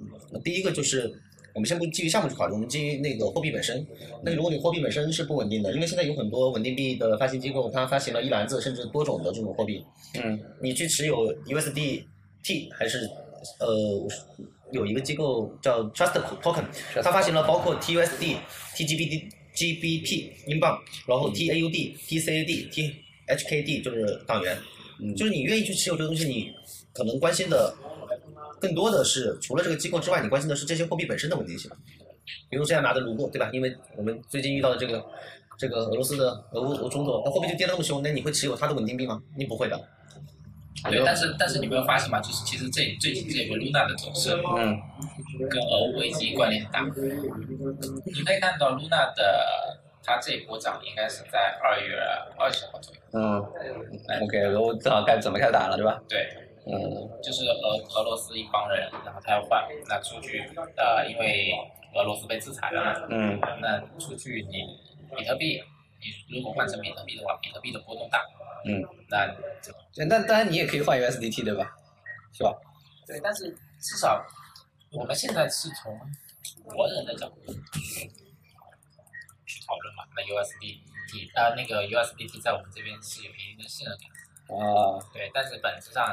Speaker 3: 第一个就是我们先不基于项目去考虑，我们基于那个货币本身。那如果你货币本身是不稳定的，因为现在有很多稳定币的发行机构，它发行了一篮子甚至多种的这种货币，
Speaker 2: 嗯，
Speaker 3: 你去持有 USDT 还是呃，有一个机构叫 Trust Token，它发行了包括 TUSD、TGBD、GBP 英镑，然后 TAUD、TCAD、THKD 就是港元，就是你愿意去持有这个东西，你可能关心的更多的是除了这个机构之外，你关心的是这些货币本身的稳定性。比如现在拿的卢布，对吧？因为我们最近遇到的这个这个俄罗斯的俄乌俄冲突，那货币就跌得那么凶，那你会持有它的稳定币吗？你不会的。
Speaker 4: 对，但是但是你没有发现吗？就是其实这最近这个 Luna 的走势，
Speaker 2: 嗯，
Speaker 4: 跟俄乌危机关联很大。你可以看到 Luna 的它这一波涨应该是在二月二十号左右，
Speaker 2: 嗯，OK，我正好该怎么开打了，对吧？
Speaker 4: 对，
Speaker 2: 嗯
Speaker 4: 就是俄俄罗斯一帮人，然后他要换，那出去，呃，因为俄罗斯被制裁了嘛，
Speaker 2: 嗯
Speaker 4: 那出去你比特币，你如果换成比特币的话，比特币的波动大，
Speaker 2: 嗯，
Speaker 4: 那
Speaker 2: 对那当然你也可以换 USDT 对吧？是吧？
Speaker 4: 对，但是至少我们现在是从国人的角度去讨论嘛，那 USDT 呃那个 USDT 在我们这边是有一定的信任感，
Speaker 2: 啊，
Speaker 4: 对，但是本质上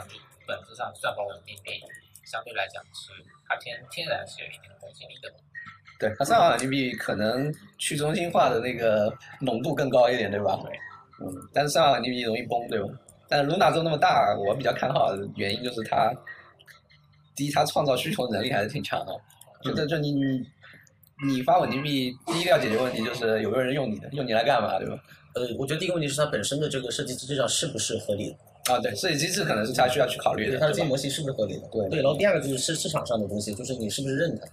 Speaker 4: 本质上算法稳定币相对来讲是它天天然是有一定的公信力的。
Speaker 2: 对，它上海人民币可能去中心化的那个浓度更高一点，对吧？
Speaker 4: 对。
Speaker 2: 嗯，但是上海人民币容易崩，对吧？但卢纳州那么大，我比较看好的原因就是它，第一，它创造需求能力还是挺强的，就
Speaker 3: 嗯
Speaker 2: 这就你你你发稳定币，第一个要解决问题就是有没有人用你的，用你来干嘛，对吧？
Speaker 3: 呃，我觉得第一个问题是它本身的这个设计机制上是不是合理的，
Speaker 2: 啊，对，设计机制可能是他需要去考虑
Speaker 3: 对
Speaker 2: 的，
Speaker 3: 它的
Speaker 2: 对吧
Speaker 3: 经济模型是不是合理的，
Speaker 2: 对
Speaker 3: 对。然后第二个就是市市场上的东西，就是你是不是认它，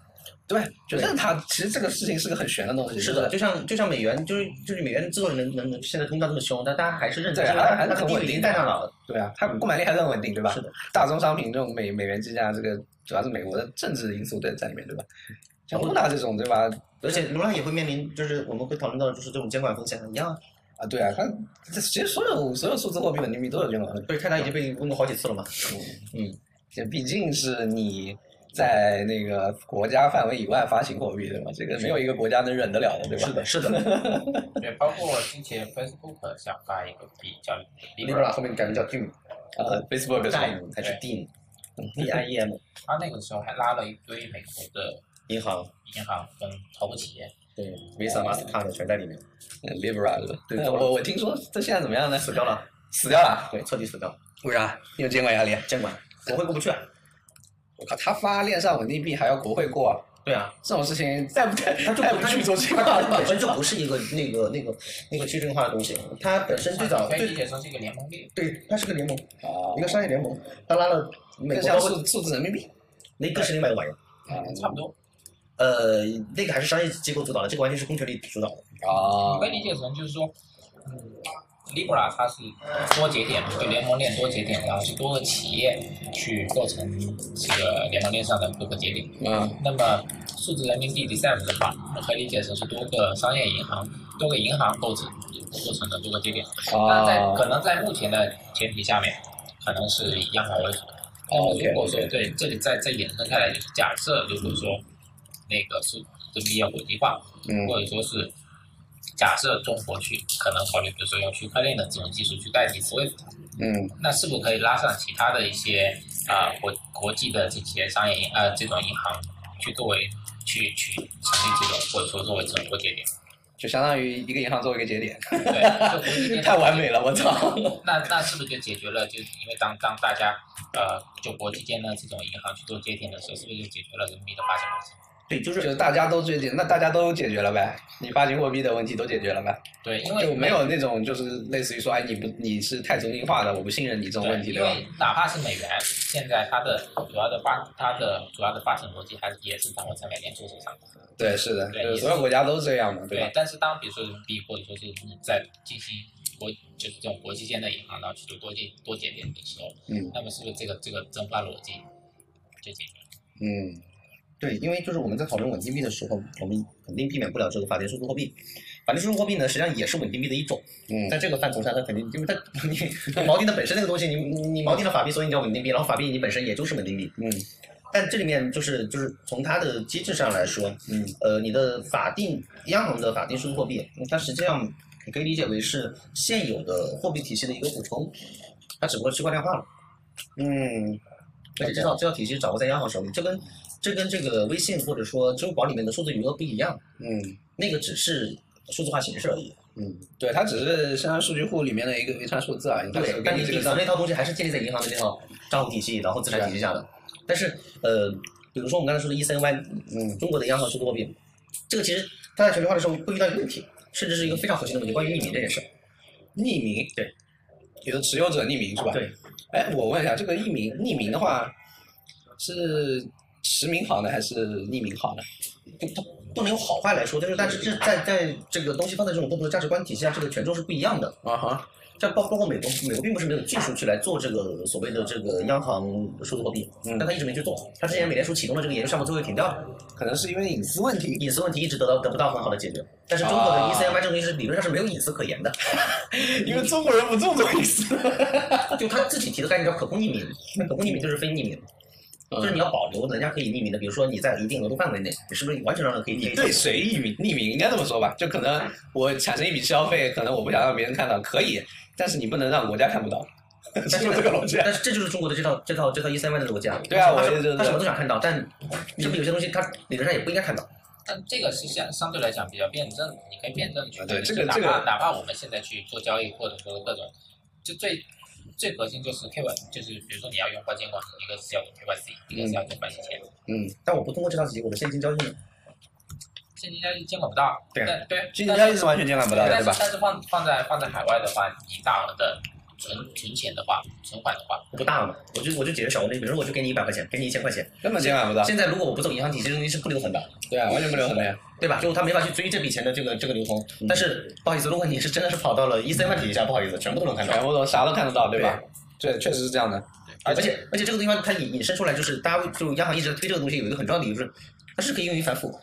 Speaker 2: 对，就是它其实这个事情是个很玄的东西，
Speaker 3: 是的，，就像就像美元，就是就是美元之所以能能能现在通胀这么凶，但大家还是认它，
Speaker 2: 对
Speaker 3: 因为
Speaker 2: 还
Speaker 3: 它
Speaker 2: 还是
Speaker 3: 它
Speaker 2: 很
Speaker 3: 地
Speaker 2: 稳
Speaker 3: 位已
Speaker 2: 定
Speaker 3: 经
Speaker 2: 的
Speaker 3: 在那儿了，
Speaker 2: 对啊，它购买力还是很稳定，对吧？
Speaker 3: 是的，
Speaker 2: 大宗商品这种美美元计价，这个主要是美国的政治因素在在里面，对吧？像露娜这种，对吧？
Speaker 3: 而且卢拉也会面临，就是我们会讨论到，就是这种监管风险一样啊。
Speaker 2: 啊，对啊，它这其实所有所有数字货币稳定币都有啊这种，
Speaker 3: 对，泰达已经被问过好几次了嘛。
Speaker 2: 这毕竟是你在那个国家范围以外发行货币，对吧？这个没有一个国家能忍得了的，对吧？
Speaker 3: 是的，是的。
Speaker 4: 对，包括之前 Facebook 想发一个币叫
Speaker 3: Libra 后面改名叫 Doom，
Speaker 2: 呃，Facebook 是吧
Speaker 3: Dime 还是 Dim，D I E M
Speaker 4: 他那个时候还拉了一堆美国的
Speaker 3: 银行，
Speaker 4: 银行跟头部企业，
Speaker 3: 对，Visa、Mastercard 全在里面，
Speaker 2: 呃，Libra 是吧？
Speaker 3: 对
Speaker 2: 呃我我听说这现在怎么样呢？
Speaker 3: 死掉了，
Speaker 2: 死掉了，
Speaker 3: 对，彻底死掉了，
Speaker 2: 为啥？你有监管压力？啊
Speaker 3: 监管，国会过不去啊。
Speaker 2: 我靠，他发链上稳定币还要国会过啊，
Speaker 3: 对啊，
Speaker 2: 这种事情再不太
Speaker 3: 它就
Speaker 2: 太不去做监管
Speaker 3: 它
Speaker 2: 了
Speaker 3: 本。身就不是一个那个那个那个去中心化的东西，啊它本身最早
Speaker 4: 可以理
Speaker 3: 最
Speaker 4: 解成是一个联盟币。
Speaker 3: 对，它是个联盟，
Speaker 2: 啊
Speaker 3: 一个商业联盟，它拉了美
Speaker 2: 更
Speaker 3: 国
Speaker 2: 像
Speaker 3: 包括
Speaker 2: 数数字人民币
Speaker 3: 那个是另外一个玩意儿，
Speaker 2: 啊
Speaker 4: 嗯差不多，
Speaker 3: 呃，那个还是商业机构主导的，这个完全是公权力主导的。
Speaker 2: 啊
Speaker 4: 你可以理解成就是说，嗯，Libra 它是多节点，就联盟链多节点，然后是多个企业去构成这个联盟链上的多个节点。
Speaker 2: 嗯
Speaker 4: 那么数字人民币 DCM 的话，我们可以理解成是多个商业银行、多个银行构成构成的多个节点。那在
Speaker 2: 啊
Speaker 4: 可能在目前的前提下面，可能是以央行为主。那么
Speaker 2: 哦 OK，
Speaker 4: 如果说对这里再再衍生开来，就是假设如果说那个是人民币要国际化，
Speaker 2: 嗯
Speaker 4: 或者说是假设中国去可能考虑，比如说用区块链的这种技术去代替 SWIFT，
Speaker 2: 嗯
Speaker 4: 那是否可以拉上其他的一些啊、呃国国际的这些商业银呃这种银行去作为去去成立这种或者说作为成多节点？
Speaker 2: 就相当于一个银行做一个节点，
Speaker 4: 对，就国际间
Speaker 2: 太完美了，我操！
Speaker 4: 那那是不是就解决了？就是因为当当大家呃就国际间的这种银行去做接点的时候，是不是就解决了人民币的发行问题？
Speaker 3: 对，就
Speaker 2: 就是是大家都最近，那大家都解决了呗，你发行货币的问题都解决了呗，
Speaker 4: 对，因为
Speaker 2: 就没有那种就是类似于说，哎，你不你是太中心化的，我不信任你这种问题，对
Speaker 4: 因
Speaker 2: 吧？
Speaker 4: 为哪怕是美元，现在它的主要的发它的主要的发行逻辑还是也是掌握在美联储手上。
Speaker 2: 对，是的，
Speaker 4: 对
Speaker 2: 就是
Speaker 4: 也
Speaker 2: 所有国家都这样嘛，对吧
Speaker 4: 对？，但是当比如说人民币或者说是你在进行国就是这种国际间的银行，然后去做多节多节点的时候，
Speaker 2: 嗯
Speaker 4: 那么是不是这个这个蒸发逻辑就解决了？
Speaker 2: 嗯
Speaker 3: 对，因为就是我们在讨论稳定币的时候，我们肯定避免不了这个法定数字货币。法定数字货币呢，实际上也是稳定币的一种，
Speaker 2: 嗯
Speaker 3: 在这个范畴下，它肯定因为它 你你锚定的本身那个东西，你你你锚定了法币，所以你叫稳定币，然后法币你本身也就是稳定币。
Speaker 2: 嗯
Speaker 3: 但这里面就是就是从它的机制上来说，
Speaker 2: 嗯
Speaker 3: 呃，你的法定央行的法定数字货币，它实际上你可以理解为是现有的货币体系的一个补充，它只不过区块链化了。
Speaker 2: 嗯，
Speaker 3: 而且这套这套体系掌握在央行手里，这跟这跟这个微信或者说支付宝里面的数字余额不一样，
Speaker 2: 嗯
Speaker 3: 那个只是数字化形式而已。
Speaker 2: 嗯，对，它只是生产数据库里面的一个维串数字而已，它只是给
Speaker 3: 但你
Speaker 2: 这个
Speaker 3: 底
Speaker 2: 账
Speaker 3: 层那套东西还是建立在银行的那套账户体系，然后资产体系下
Speaker 2: 啊
Speaker 3: 的。但是呃，比如说我们刚才说的 ECNY，
Speaker 2: 嗯
Speaker 3: 中国的央行数字货币，这个其实它在全球化的时候会遇到一个问题，甚至是一个非常核心的问题，关于匿名这件事。
Speaker 2: 匿名，
Speaker 3: 对，
Speaker 2: 有的持有者匿名是吧？
Speaker 3: 对。
Speaker 2: 哎，我问一下，这个匿名匿名的话是实名好呢，还是匿名好呢？
Speaker 3: 不它不能用好坏来说，就是但是这在在这个东西放在这种不同的价值观体系下，这个权重是不一样的。
Speaker 2: 啊哈，
Speaker 3: 像包包括美国，美国并不是没有技术去来做这个所谓的这个央行数字货币，
Speaker 2: 嗯
Speaker 3: 但他一直没去做。他之前美联储启动了这个研究项目，最后也停掉了，
Speaker 2: 可能是因为隐私问题。
Speaker 3: 隐私问题一直得到得不到很好的解决。但是中国的
Speaker 2: 啊
Speaker 3: E ECMI 这个东西是理论上是没有隐私可言的，
Speaker 2: 因为中国人不注重隐私。
Speaker 3: 就他自己提的概念叫可控匿名，那可控匿名就是非匿名，
Speaker 2: 嗯
Speaker 3: 就是你要保留人家可以匿名的，比如说你在一定额度范围内，你是不是完全让人可以匿名？
Speaker 2: 对谁匿名？匿名应该这么说吧，就可能我产生一笔消费，可能我不想让别人看到，可以，但是你不能让国家看不到，是不是这个 逻辑啊？
Speaker 3: 但是这就是中国的这套这套这套 ECMI 的逻辑啊。
Speaker 2: 对啊
Speaker 3: 他什
Speaker 2: 我也觉得
Speaker 3: 他什么都想看到，但是不是有些东西他理论上也不应该看到？
Speaker 4: 但这个是相相对来讲比较辩证的，你可以辩证去
Speaker 2: 啊对
Speaker 4: 就是
Speaker 2: 这个
Speaker 4: 哪怕
Speaker 2: 这个
Speaker 4: 哪怕我们现在去做交易，或者说各种，就最最核心就是 KYC，就是比如说你要用关键管理，一个是要用 KYC，一个是要用反洗钱。
Speaker 2: 嗯，
Speaker 3: 但我不通过这套体系，我的现金交易呢？
Speaker 4: 现金交易监管不到，
Speaker 3: 对啊
Speaker 4: 但对，
Speaker 2: 金钱交易是完全监管不到的，
Speaker 4: 但
Speaker 2: 对
Speaker 4: 是
Speaker 2: 吧？
Speaker 4: 但是放放在放在海外的话，你大额的存存钱的话，存款的话，
Speaker 3: 我不大嘛，我就我就解决小额那，比如说我就给你一百块钱，给你一千块钱。
Speaker 2: 根本监管不到，
Speaker 3: 现在如果我不走银行体系，这东西是不留痕的，
Speaker 2: 对啊，完全不留痕的呀。
Speaker 3: 对吧？就他没法去追这笔钱的这个这个流通。
Speaker 2: 嗯
Speaker 3: 但是不好意思，如果你是真的是跑到了 ECM 体系下，不好意思，全部都能看 到
Speaker 2: 全。部都啥都看得到，对吧？对，确实是这样的。
Speaker 3: 而且而且这个地方它引引申出来，就是大家就央行一直在推这个东西，有一个很重要的理由就是，它是可以用于反腐。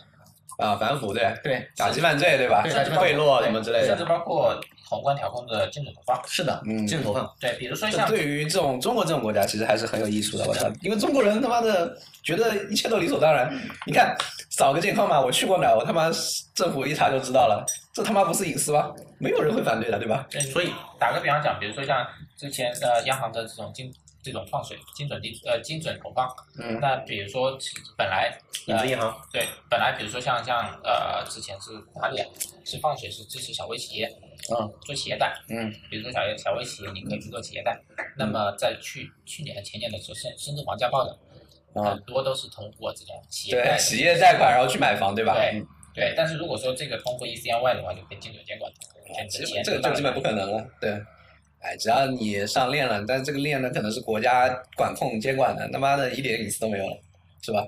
Speaker 2: 啊，反腐对，
Speaker 3: 对，
Speaker 2: 打击犯罪对吧？
Speaker 3: 对打击犯
Speaker 2: 贿
Speaker 3: 罪
Speaker 2: 赂什么之类
Speaker 4: 甚
Speaker 2: 的。
Speaker 4: 至包括宏观调控的精准投放。
Speaker 3: 是的，
Speaker 2: 嗯
Speaker 3: 精准投放。
Speaker 4: 对，比如说
Speaker 2: 这
Speaker 4: 像嗯
Speaker 2: 对于这种中国这种国家，其实还是很有益处的。我操，因为中国人他妈的觉得一切都理所当然。你看，扫个健康码，我去过哪儿，我他妈政府一查就知道了，这他妈不是隐私吗？没有人会反对的，对吧？
Speaker 4: 对，所以打个比方讲，比如说像之前呃央行的这种精这种放水、精准定呃精准投放，
Speaker 2: 嗯
Speaker 4: 那比如说本来
Speaker 2: 啊
Speaker 3: 影子银行，
Speaker 4: 对本来比如说像像呃之前是哪里啊是放水是支持小微企业，
Speaker 2: 嗯，
Speaker 4: 做企业贷，
Speaker 2: 嗯，
Speaker 4: 比如说小微小微企业你可以去做企业贷，那么在去去年和前年的时候，深深圳房价暴涨，
Speaker 2: 啊，
Speaker 4: 很多都是通过这种企业
Speaker 2: 对，
Speaker 4: 贷，
Speaker 2: 企业贷款然后去买房，对吧？
Speaker 4: 对对，但是如果说这个通过 E ECNY 的话，就可以精准监管，
Speaker 2: 哎
Speaker 4: 这
Speaker 2: 基
Speaker 4: 钱
Speaker 2: 本这个就基本不可能了，对。哎，只要你上链了，但是这个链呢，可能是国家管控监管的，他妈的一点隐私都没有了，是吧？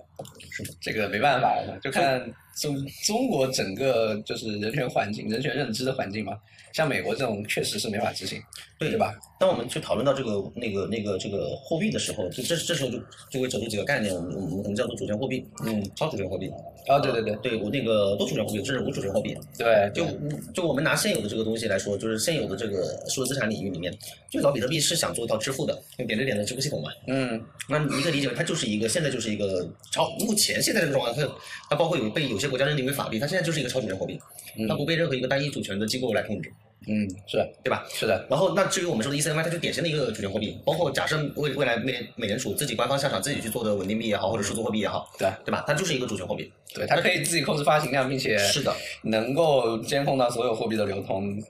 Speaker 2: 是这个没办法，就看中中国整个就是人权环境、人权认知的环境嘛。像美国这种确实是没法执行，
Speaker 3: 对
Speaker 2: 对吧？
Speaker 3: 当我们去讨论到这个、那个、那个、这个货币的时候，就这这时候就就会扯出几个概念，我们我们我们叫做主权货币，
Speaker 2: 嗯，
Speaker 3: 超主权货币。
Speaker 2: 哦，对对对
Speaker 3: 对我那个多主权货币，甚至无主权货币。
Speaker 2: 对，
Speaker 3: 就就我们拿现有的这个东西来说，就是现有的这个数字资产领域里面，最早比特币是想做到支付的，用点对点的支付系统嘛。
Speaker 2: 嗯，
Speaker 3: 那你可以理解为它就是一个现在就是一个超，目前现在这个状况，它它包括有被有些国家认定为法币，它现在就是一个超主权货币，它不被任何一个单一主权的机构来控制，
Speaker 2: 嗯，是的
Speaker 3: 对吧？
Speaker 2: 是的，
Speaker 3: 然后，那至于我们说的 ECMI，它就典型的一个主权货币，包括假设未未来美联美联储自己官方下场自己去做的稳定币也好，或者数字货币也好，
Speaker 2: 对
Speaker 3: 对吧？它就是一个主权货币。
Speaker 2: 对，它可以自己控制发行量，并且
Speaker 3: 是的，
Speaker 2: 能够监控到所有货币的流通，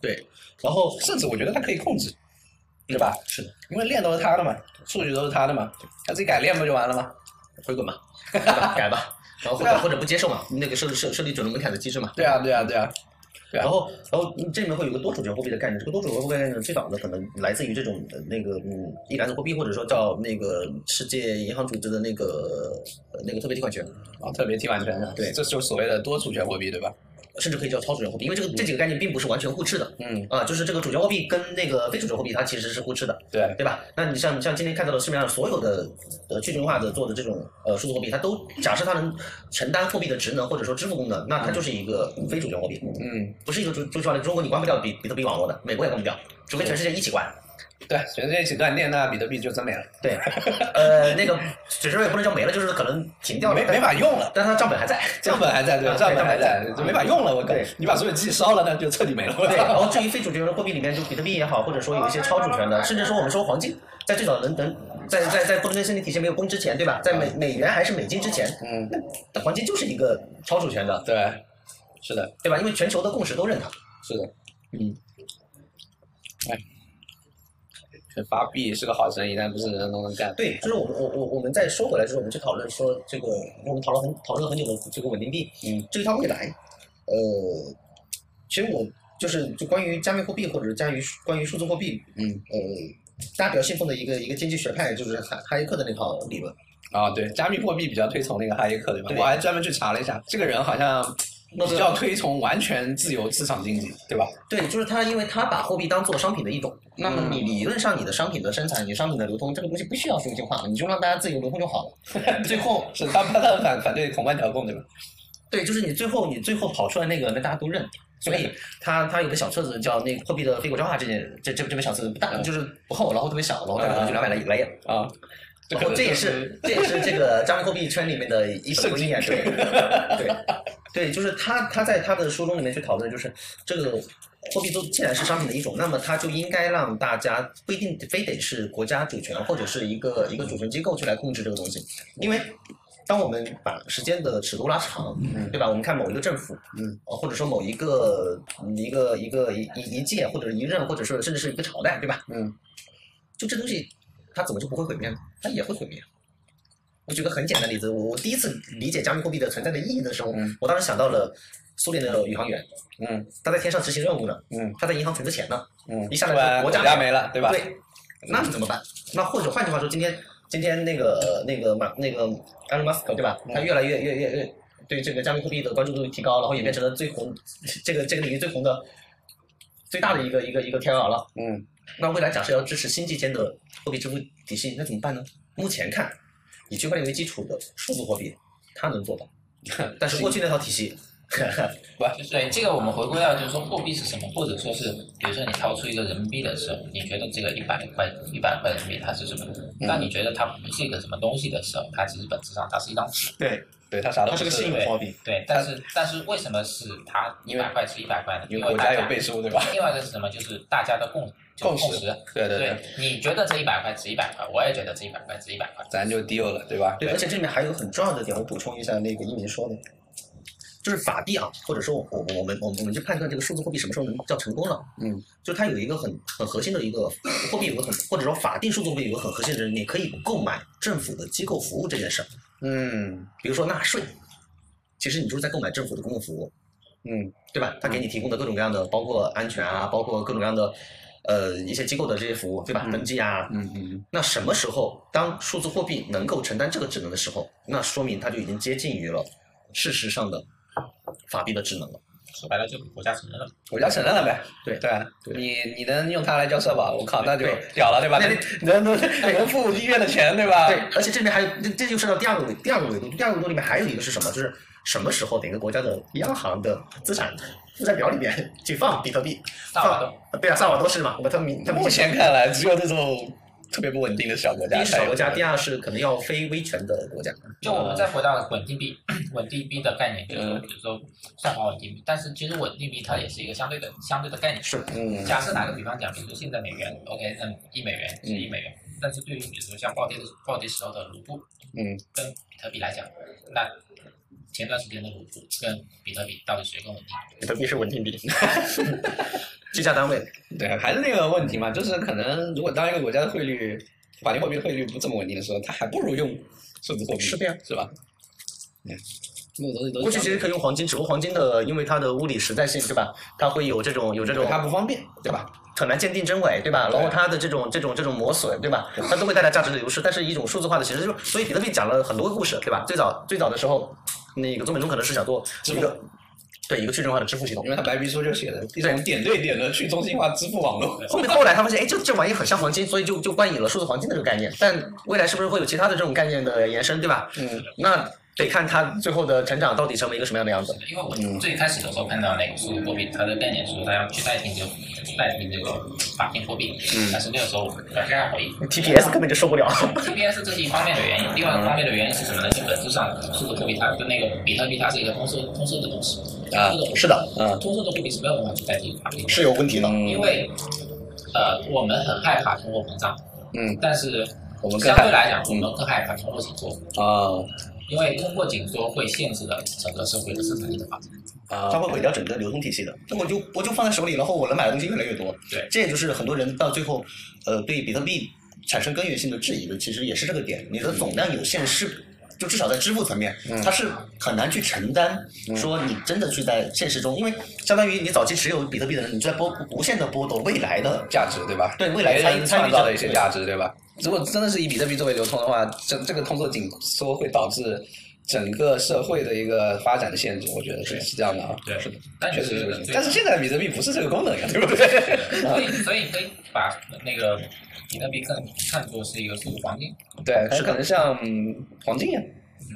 Speaker 3: 对。然后
Speaker 2: 甚至我觉得它可以控制，对吧？
Speaker 3: 是的，
Speaker 2: 因为链都是他的嘛，数据都是他的嘛，他自己改链不就完了吗？
Speaker 3: 回滚嘛， 对吧改吧，然后或
Speaker 2: 对
Speaker 3: 者
Speaker 2: 啊
Speaker 3: 或者不接受嘛，那个设设设立准入门槛的机制嘛。
Speaker 2: 对啊，对啊，对啊，对啊
Speaker 3: 然后，然后嗯这里面会有一个多主权货币的概念。这个多主权货币的概念最早呢，可能来自于这种呃那个嗯一篮子货币，或者说叫那个世界银行组织的那个呃那个特别提款权，
Speaker 2: 哦，特别提款权的，
Speaker 3: 对
Speaker 2: 这就是所谓的多主权货币，对吧？
Speaker 3: 甚至可以叫超主权货币，因为这个这几个概念并不是完全互斥的。
Speaker 2: 嗯，
Speaker 3: 啊，就是这个主权货币跟那个非主权货币，它其实是互斥的，
Speaker 2: 对，
Speaker 3: 对吧？那你像像今天看到的市面上所有的呃去中心化的做的这种呃数字货币，它都假设它能承担货币的职能或者说支付功能，那它就是一个非主权货币，
Speaker 2: 嗯，
Speaker 3: 不是一个主主权货币。中国你关不掉比比特币网络的，美国也关不掉，除非全世界一起关。
Speaker 2: 对，全世界一起断电，那比特币就真没了，
Speaker 3: 对，呃，那个只是也不能叫没了，就是可能停掉了
Speaker 2: 没，没法用了。
Speaker 3: 但它账本还在。
Speaker 2: 账本还在，对吧，
Speaker 3: 对
Speaker 2: 账本还在
Speaker 3: 账本，还在
Speaker 2: 就没法用了。我靠
Speaker 3: 对，
Speaker 2: 你把所有机器烧了，那就彻底没了。我
Speaker 3: 对，然
Speaker 2: 操
Speaker 3: 后至于非主权的货币里面，就比特币也好，或者说有一些超主权的，甚至说我们说黄金，在最早能能在在在布伦特森林体系没有崩之前，对吧？在美美元还是美金之前，
Speaker 2: 嗯，
Speaker 3: 那黄金就是一个超主权的，
Speaker 2: 对，是的，
Speaker 3: 对吧？因为全球的共识都认它。
Speaker 2: 是的，嗯，哎，这哎发币是个好生意，但不是人人都能干。
Speaker 3: 对，就是我们我我我们再说回来，就是我们去讨论说这个，我们讨论很讨论了很久的这个稳定币，
Speaker 2: 嗯，
Speaker 3: 至于它未来，呃，其实我就是就关于加密货币或者是关于关于数字货币，
Speaker 2: 嗯，
Speaker 3: 呃，大家比较信奉的一个一个经济学派就是哈哈耶克的那套理论，
Speaker 2: 啊，对，加密货币比较推崇那个哈耶克，对吧？
Speaker 3: 对
Speaker 2: 我还专门去查了一下，这个人好像
Speaker 3: 诺
Speaker 2: 比
Speaker 3: 贝尔
Speaker 2: 较推崇完全自由市场经济，对吧？
Speaker 3: 对，就是它，因为它把货币当做商品的一种。那么你理论上你的商品的生产、你商品的流通，这个东西不需要中心化，你就让大家自由流通就好了。 最后，
Speaker 2: 是他他他反反对恐慌调控，对吧？
Speaker 3: 对，就是你最后你最后跑出来那个，那大家都认。所以他他有个小册子叫《那个货币的非国家啊化》这件这这这本小册子不大，就是不厚，然后特别小，然后大概可能就两百来来页。
Speaker 2: 啊，
Speaker 3: 然哦后这也是这也是这个加密货币圈里面的一本经验，对 对对，就是他他在他的书中里面去讨论，就是这个货币都既然是商品的一种，那么它就应该让大家不一定非得是国家主权或者是一个一个主权机构去来控制这个东西，因为。当我们把时间的尺度拉长，对吧？我们看某一个政府，哦
Speaker 2: 嗯，
Speaker 3: 或者说某一个一个一个一一一届，或者一任，或者是甚至是一个朝代，对吧？
Speaker 2: 嗯，
Speaker 3: 就这东西它怎么就不会毁灭呢？它也会毁灭。我举个很简单的例子，我我第一次理解加密货币的存在的意义的时候，
Speaker 2: 嗯
Speaker 3: 我当时想到了苏联的宇航员，
Speaker 2: 嗯
Speaker 3: 他在天上执行任务呢，
Speaker 2: 嗯
Speaker 3: 他在银行存着钱呢，
Speaker 2: 嗯，
Speaker 3: 一下
Speaker 2: 突然
Speaker 3: 来
Speaker 2: 国
Speaker 3: 国家
Speaker 2: 家没了，对吧？
Speaker 3: 对，那你怎么办？那或者换句话说，今天今天那个那个马那个 Elon Musk 对吧？
Speaker 2: 嗯
Speaker 3: 他越来越越越越对这个加密货币的关注度提高，然后也变成了最红这个这个领域最红的最大的一个一个一个天鹅了。
Speaker 2: 嗯
Speaker 3: 那未来假设要支持星际间的货币支付体系，那怎么办呢？目前看，以区块链为基础的数字货币，它能做到，但是过去那套体系，
Speaker 4: 就是对这个，我们回归到就是说货币是什么，或者说是比如说你掏出一个人民币的时候，你觉得这个一百块一百块人民币它是什么？
Speaker 2: 嗯
Speaker 4: 当你觉得它不是一个什么东西的时候，它其实本质上它是一张纸。
Speaker 3: 对，
Speaker 2: 对他啥都
Speaker 4: 它是个信用货
Speaker 3: 币，
Speaker 4: 对，但是但是为什么是它一百块是一百块呢？
Speaker 2: 因
Speaker 4: 因
Speaker 2: 为国
Speaker 4: 大
Speaker 2: 家有背书，对吧？
Speaker 4: 另外一个是什么？就是大家的共就是
Speaker 2: 共
Speaker 4: 共识。
Speaker 2: 对对
Speaker 4: 对
Speaker 2: 对，，
Speaker 4: 你觉得这一百块值一百块，我也觉得这一百块值一百块。
Speaker 2: 咱就 deal 了，对吧？
Speaker 3: 对，而且这里面还有很重要的点，我补充一下那个一鸣说的，就是法币啊，或者说我我我们我们我们去判断这个数字货币什么时候能叫成功了，
Speaker 2: 嗯，
Speaker 3: 就是它有一个很很核心的一个货币有个很或者说法定数字货币有个很核心的，你可以购买政府的机构服务这件事儿，
Speaker 2: 嗯
Speaker 3: 比如说纳税，其实你就是在购买政府的公共服务，
Speaker 2: 嗯
Speaker 3: 对吧？他给你提供的各种各样的，包括安全啊，包括各种各样的，呃，一些机构的这些服务，对吧？
Speaker 2: 嗯
Speaker 3: 登记啊。
Speaker 2: 嗯嗯
Speaker 3: 那什么时候当数字货币能够承担这个职能的时候，那说明它就已经接近于了事实上的法币的职能了。
Speaker 4: 说白了就是国家承认了。
Speaker 2: 国家承认了呗。
Speaker 3: 对
Speaker 2: 对啊，
Speaker 3: 对
Speaker 2: 你你能用它来交社保，我靠，那就
Speaker 3: 对
Speaker 2: 屌了，对吧？
Speaker 3: 那
Speaker 2: 能能能能付医院的钱，对吧？
Speaker 3: 对，而且这里面还有，这这就涉及到第二个维第二个维度，第二个维度里面还有一个是什么？就是什么时候哪个国家的央行的资产负债表里面去放比特币？
Speaker 4: 萨瓦多
Speaker 3: 放对啊，萨瓦多是嘛？我们他明他明
Speaker 2: 目前看来，只有这种特别不稳定的小国
Speaker 3: 第
Speaker 2: 家
Speaker 3: 一是
Speaker 2: 才
Speaker 3: 小
Speaker 2: 有
Speaker 3: 国家，第二是可能要非威权的国家。
Speaker 4: 就
Speaker 2: 呃
Speaker 4: 我们再回到稳定币，稳定币的概念，就是说，比如说算法稳定币，但是其实稳定币它也是一个相对的相对的概念。
Speaker 3: 是
Speaker 2: 嗯
Speaker 4: 假设打个比方讲，比如说现在美元，OK，那一美元是一美元，但是对于比如说像暴跌的暴跌时候的卢布，
Speaker 2: 嗯，
Speaker 4: 跟比特币来讲，那前段时间的卢布跟比特币到底谁更稳定？
Speaker 3: 比特币是稳定币，计价单位。
Speaker 2: 对，还是那个问题嘛，就是可能如果当一个国家的汇率，法定货币的汇率不这么稳定的时候，它还不如用数字货币，
Speaker 3: 是的呀，
Speaker 2: 是吧？嗯，这种东西都是
Speaker 3: 过去其实可以用黄金，只不过黄金的因为它的物理实在性，对吧？它会有这种有这种，
Speaker 2: 它不方便，对吧？
Speaker 3: 很难鉴定真伪，对吧？
Speaker 2: 对
Speaker 3: 然后它的这种这种这种磨损，对吧？它都会带来价值的流失。但是一种数字化的形式，就所以比特币讲了很多个故事，对吧？最早最早的时候，那个宗本钟可能是想做一个对一个去中化的支付系统
Speaker 2: 因。为它白皮书就写的一种点对点的去中心化支付网络。
Speaker 3: 后面后来他发现，哎，这这玩意很像黄金，所以就就冠以了数字黄金的这个概念。但未来是不是会有其他的这种概念的延伸，对吧？
Speaker 2: 嗯，
Speaker 3: 那得看它最后的成长到底成为一个什么样的样子。
Speaker 4: 因为我
Speaker 2: 嗯
Speaker 4: 最开始的时候看到那个数字货币，它的概念是说它要去代替这个代替这个法定货币，
Speaker 2: 嗯
Speaker 4: 但是那个时候我大家回忆
Speaker 3: TPS 根本就受不了。
Speaker 4: TPS 这是一方面的原因，另外一个方面的原因是什么呢？就本质上，数字货币它跟那个比特币它是一个通缩通缩的东西，
Speaker 2: 啊
Speaker 3: 是的，
Speaker 2: 嗯，
Speaker 4: 通缩的货币是没有办法去代替法定货币，
Speaker 3: 是有问题的。
Speaker 4: 因为呃我们很害怕通货膨胀，
Speaker 2: 嗯，
Speaker 4: 但是
Speaker 2: 我们更
Speaker 4: 相
Speaker 2: 害
Speaker 4: 对来讲，我们更害怕通货紧缩，
Speaker 2: 啊
Speaker 4: 因为通货紧缩会限制了整个社会的生产力的发展。
Speaker 3: 它
Speaker 2: 啊，
Speaker 3: 会毁掉整个流通体系的。那我就我就放在手里，然后我能买的东西越来越多。
Speaker 4: 对
Speaker 3: 这也就是很多人到最后，呃，对比特币产生根源性的质疑的，其实也是这个点。你的总量有限是。就至少在支付层面，
Speaker 2: 嗯
Speaker 3: 它是很难去承担，说你真的去在现实中，因为相当于你早期持有比特币的人，你就在剥无限的剥夺未来的
Speaker 2: 价值对吧？
Speaker 3: 对未来
Speaker 2: 别
Speaker 3: 参与
Speaker 2: 人
Speaker 3: 参
Speaker 2: 创
Speaker 3: 与
Speaker 2: 造
Speaker 3: 者
Speaker 2: 的一些价值对吧？如果真的是以比特币作为流通的话，这这个通缩紧缩会导致整个社会的一个发展的限制，我觉得是是这样的啊。
Speaker 4: 对
Speaker 2: 是的，
Speaker 4: 但
Speaker 2: 确
Speaker 4: 是
Speaker 2: 实是这样
Speaker 4: 对
Speaker 2: 但是现在比特币不是这个功能呀，对不对？
Speaker 4: 所以，所以可以把那个比特币看看作是一个数字黄金。
Speaker 2: 对，它可能像嗯黄金一样，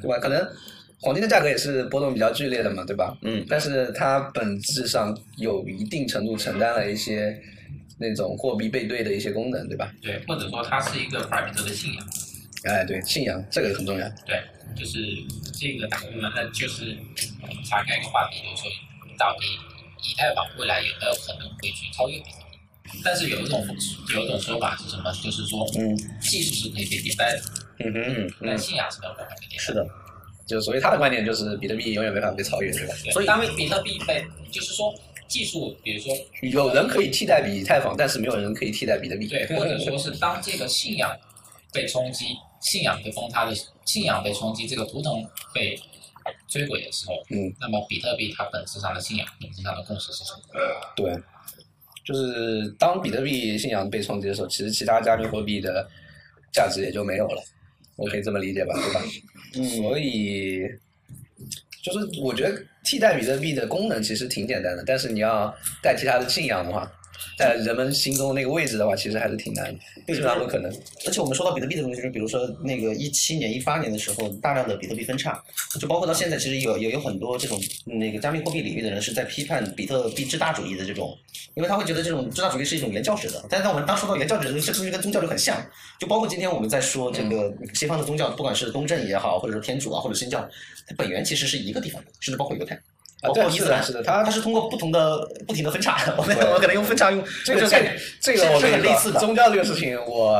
Speaker 2: 对吧？可能黄金的价格也是波动比较剧烈的嘛，对吧？
Speaker 3: 嗯，
Speaker 2: 但是它本质上有一定程度承担了一些那种货币背对的一些功能，对吧？
Speaker 4: 对，或者说它是一个 private 的信仰，
Speaker 2: 哎，对，信仰这个很重要。
Speaker 4: 对，就是这个打工人，那就是我们岔开一个话题，就是说到底以太坊未来有没有可能会去超越比特币？但是有一种有一种说法是什么？就是说，
Speaker 2: 嗯，
Speaker 4: 技术是可以被迭代的，
Speaker 2: 嗯哼，
Speaker 4: 但信仰是没有办法被迭代的。
Speaker 3: 是的，
Speaker 2: 就所以他的观点就是比特币永远没法被超越，对吧？
Speaker 4: 对
Speaker 3: 所以
Speaker 4: 当比特币被，就是说，技术，比如说
Speaker 2: 有人可以替代比以太坊，但是没有人可以替代比特币。
Speaker 4: 对，或者说是当这个信仰被冲击、信仰被崩塌的信仰被冲击，这个图腾被摧毁的时候，
Speaker 2: 嗯，
Speaker 4: 那么比特币它本质上的信仰、本质上的共识是什么？
Speaker 2: 对，就是当比特币信仰被冲击的时候，其实其他加密货币的价值也就没有了，我可以这么理解吧，对吧？所以就是我觉得替代比特币的功能其实挺简单的，但是你要代替它的信仰的话，在人们心中那个位置的话，其实还是挺难的，基本上不可能。
Speaker 3: 而且我们说到比特币的东西，就是比如说那个一七年、一八年的时候，大量的比特币分叉，就包括到现在，其实有也有很多这种那个加密货币领域的人是在批判比特币至大主义的这种，因为他会觉得这种至大主义是一种原教旨的。但是当我们当说到原教旨的时候，这东西跟宗教就很像，就包括今天我们在说这个
Speaker 2: 嗯
Speaker 3: 西方的宗教，不管是东正也好，或者说天主啊，或者新教，它本源其实是一个地方的，甚至包括犹太。
Speaker 2: 啊
Speaker 3: 包
Speaker 2: 对
Speaker 3: 括伊斯
Speaker 2: 是的
Speaker 3: 兰，
Speaker 2: 是的它
Speaker 3: 它它是通过不同的不停的分叉， 我们
Speaker 2: 对
Speaker 3: 我可能用分叉用
Speaker 2: 这个这
Speaker 3: 概念
Speaker 2: 这个我
Speaker 3: 是
Speaker 2: 跟
Speaker 3: 很
Speaker 2: 你
Speaker 3: 类
Speaker 2: 说
Speaker 3: 似的
Speaker 2: 宗教这个事情，我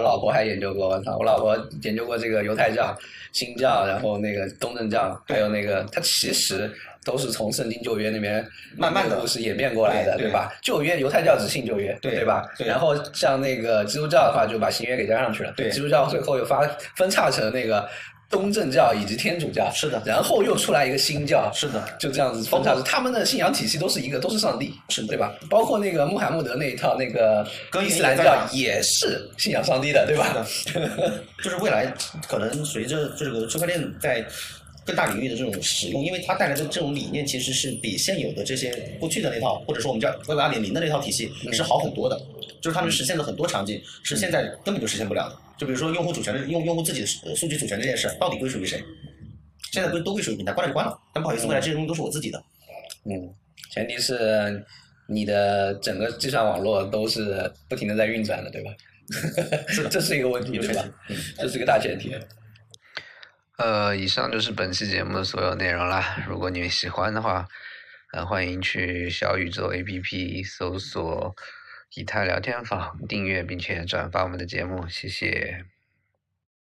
Speaker 2: 老婆还研究过。我操，我老婆研究过这个犹太教、新教，然后那个东正教，还有那个，它其实都是从圣经旧约那边
Speaker 3: 慢慢地
Speaker 2: 故事演变过来的，
Speaker 3: 对
Speaker 2: 对吧？旧约犹太教只信旧约，
Speaker 3: 对
Speaker 2: 对吧？
Speaker 3: 对
Speaker 2: 然后像那个基督教的话，就把新约给加上去了。
Speaker 3: 对
Speaker 2: 基督教最后又发分叉成那个东正教以及天主教，
Speaker 3: 是的
Speaker 2: 然后又出来一个新教，
Speaker 3: 是的，
Speaker 2: 就这样子分叉出，他们的信仰体系都是一个，都是上帝，
Speaker 3: 是的
Speaker 2: 对吧？包括那个穆罕默德那一套，那个
Speaker 3: 跟
Speaker 2: 伊斯兰教也是信仰上帝的，对吧？
Speaker 3: 就是未来可能随着这个区块链在更大领域的这种使用，因为它带来的这种理念其实是比现有的这些过去的那套，或者说我们叫 Web 二点零的那套体系
Speaker 2: 嗯
Speaker 3: 是好很多的，就是他们实现了很多场景是现
Speaker 2: 嗯
Speaker 3: 在根本就实现不了的。就比如说用户主权的用用户自己的数数据主权这件事，到底归属于谁？现在不是都归属于平台，关了就关了，但不好意思，未来这些东西都是我自己的。
Speaker 2: 嗯，前提是你的整个计算网络都是不停的在运转的，对吧？ 这是一个问题，对吧？嗯这是一个大前提。
Speaker 1: 呃，以上就是本期节目的所有内容啦。如果你们喜欢的话，呃，欢迎去小宇宙 APP 搜索“以太聊天坊”，订阅并且转发我们的节目，谢谢。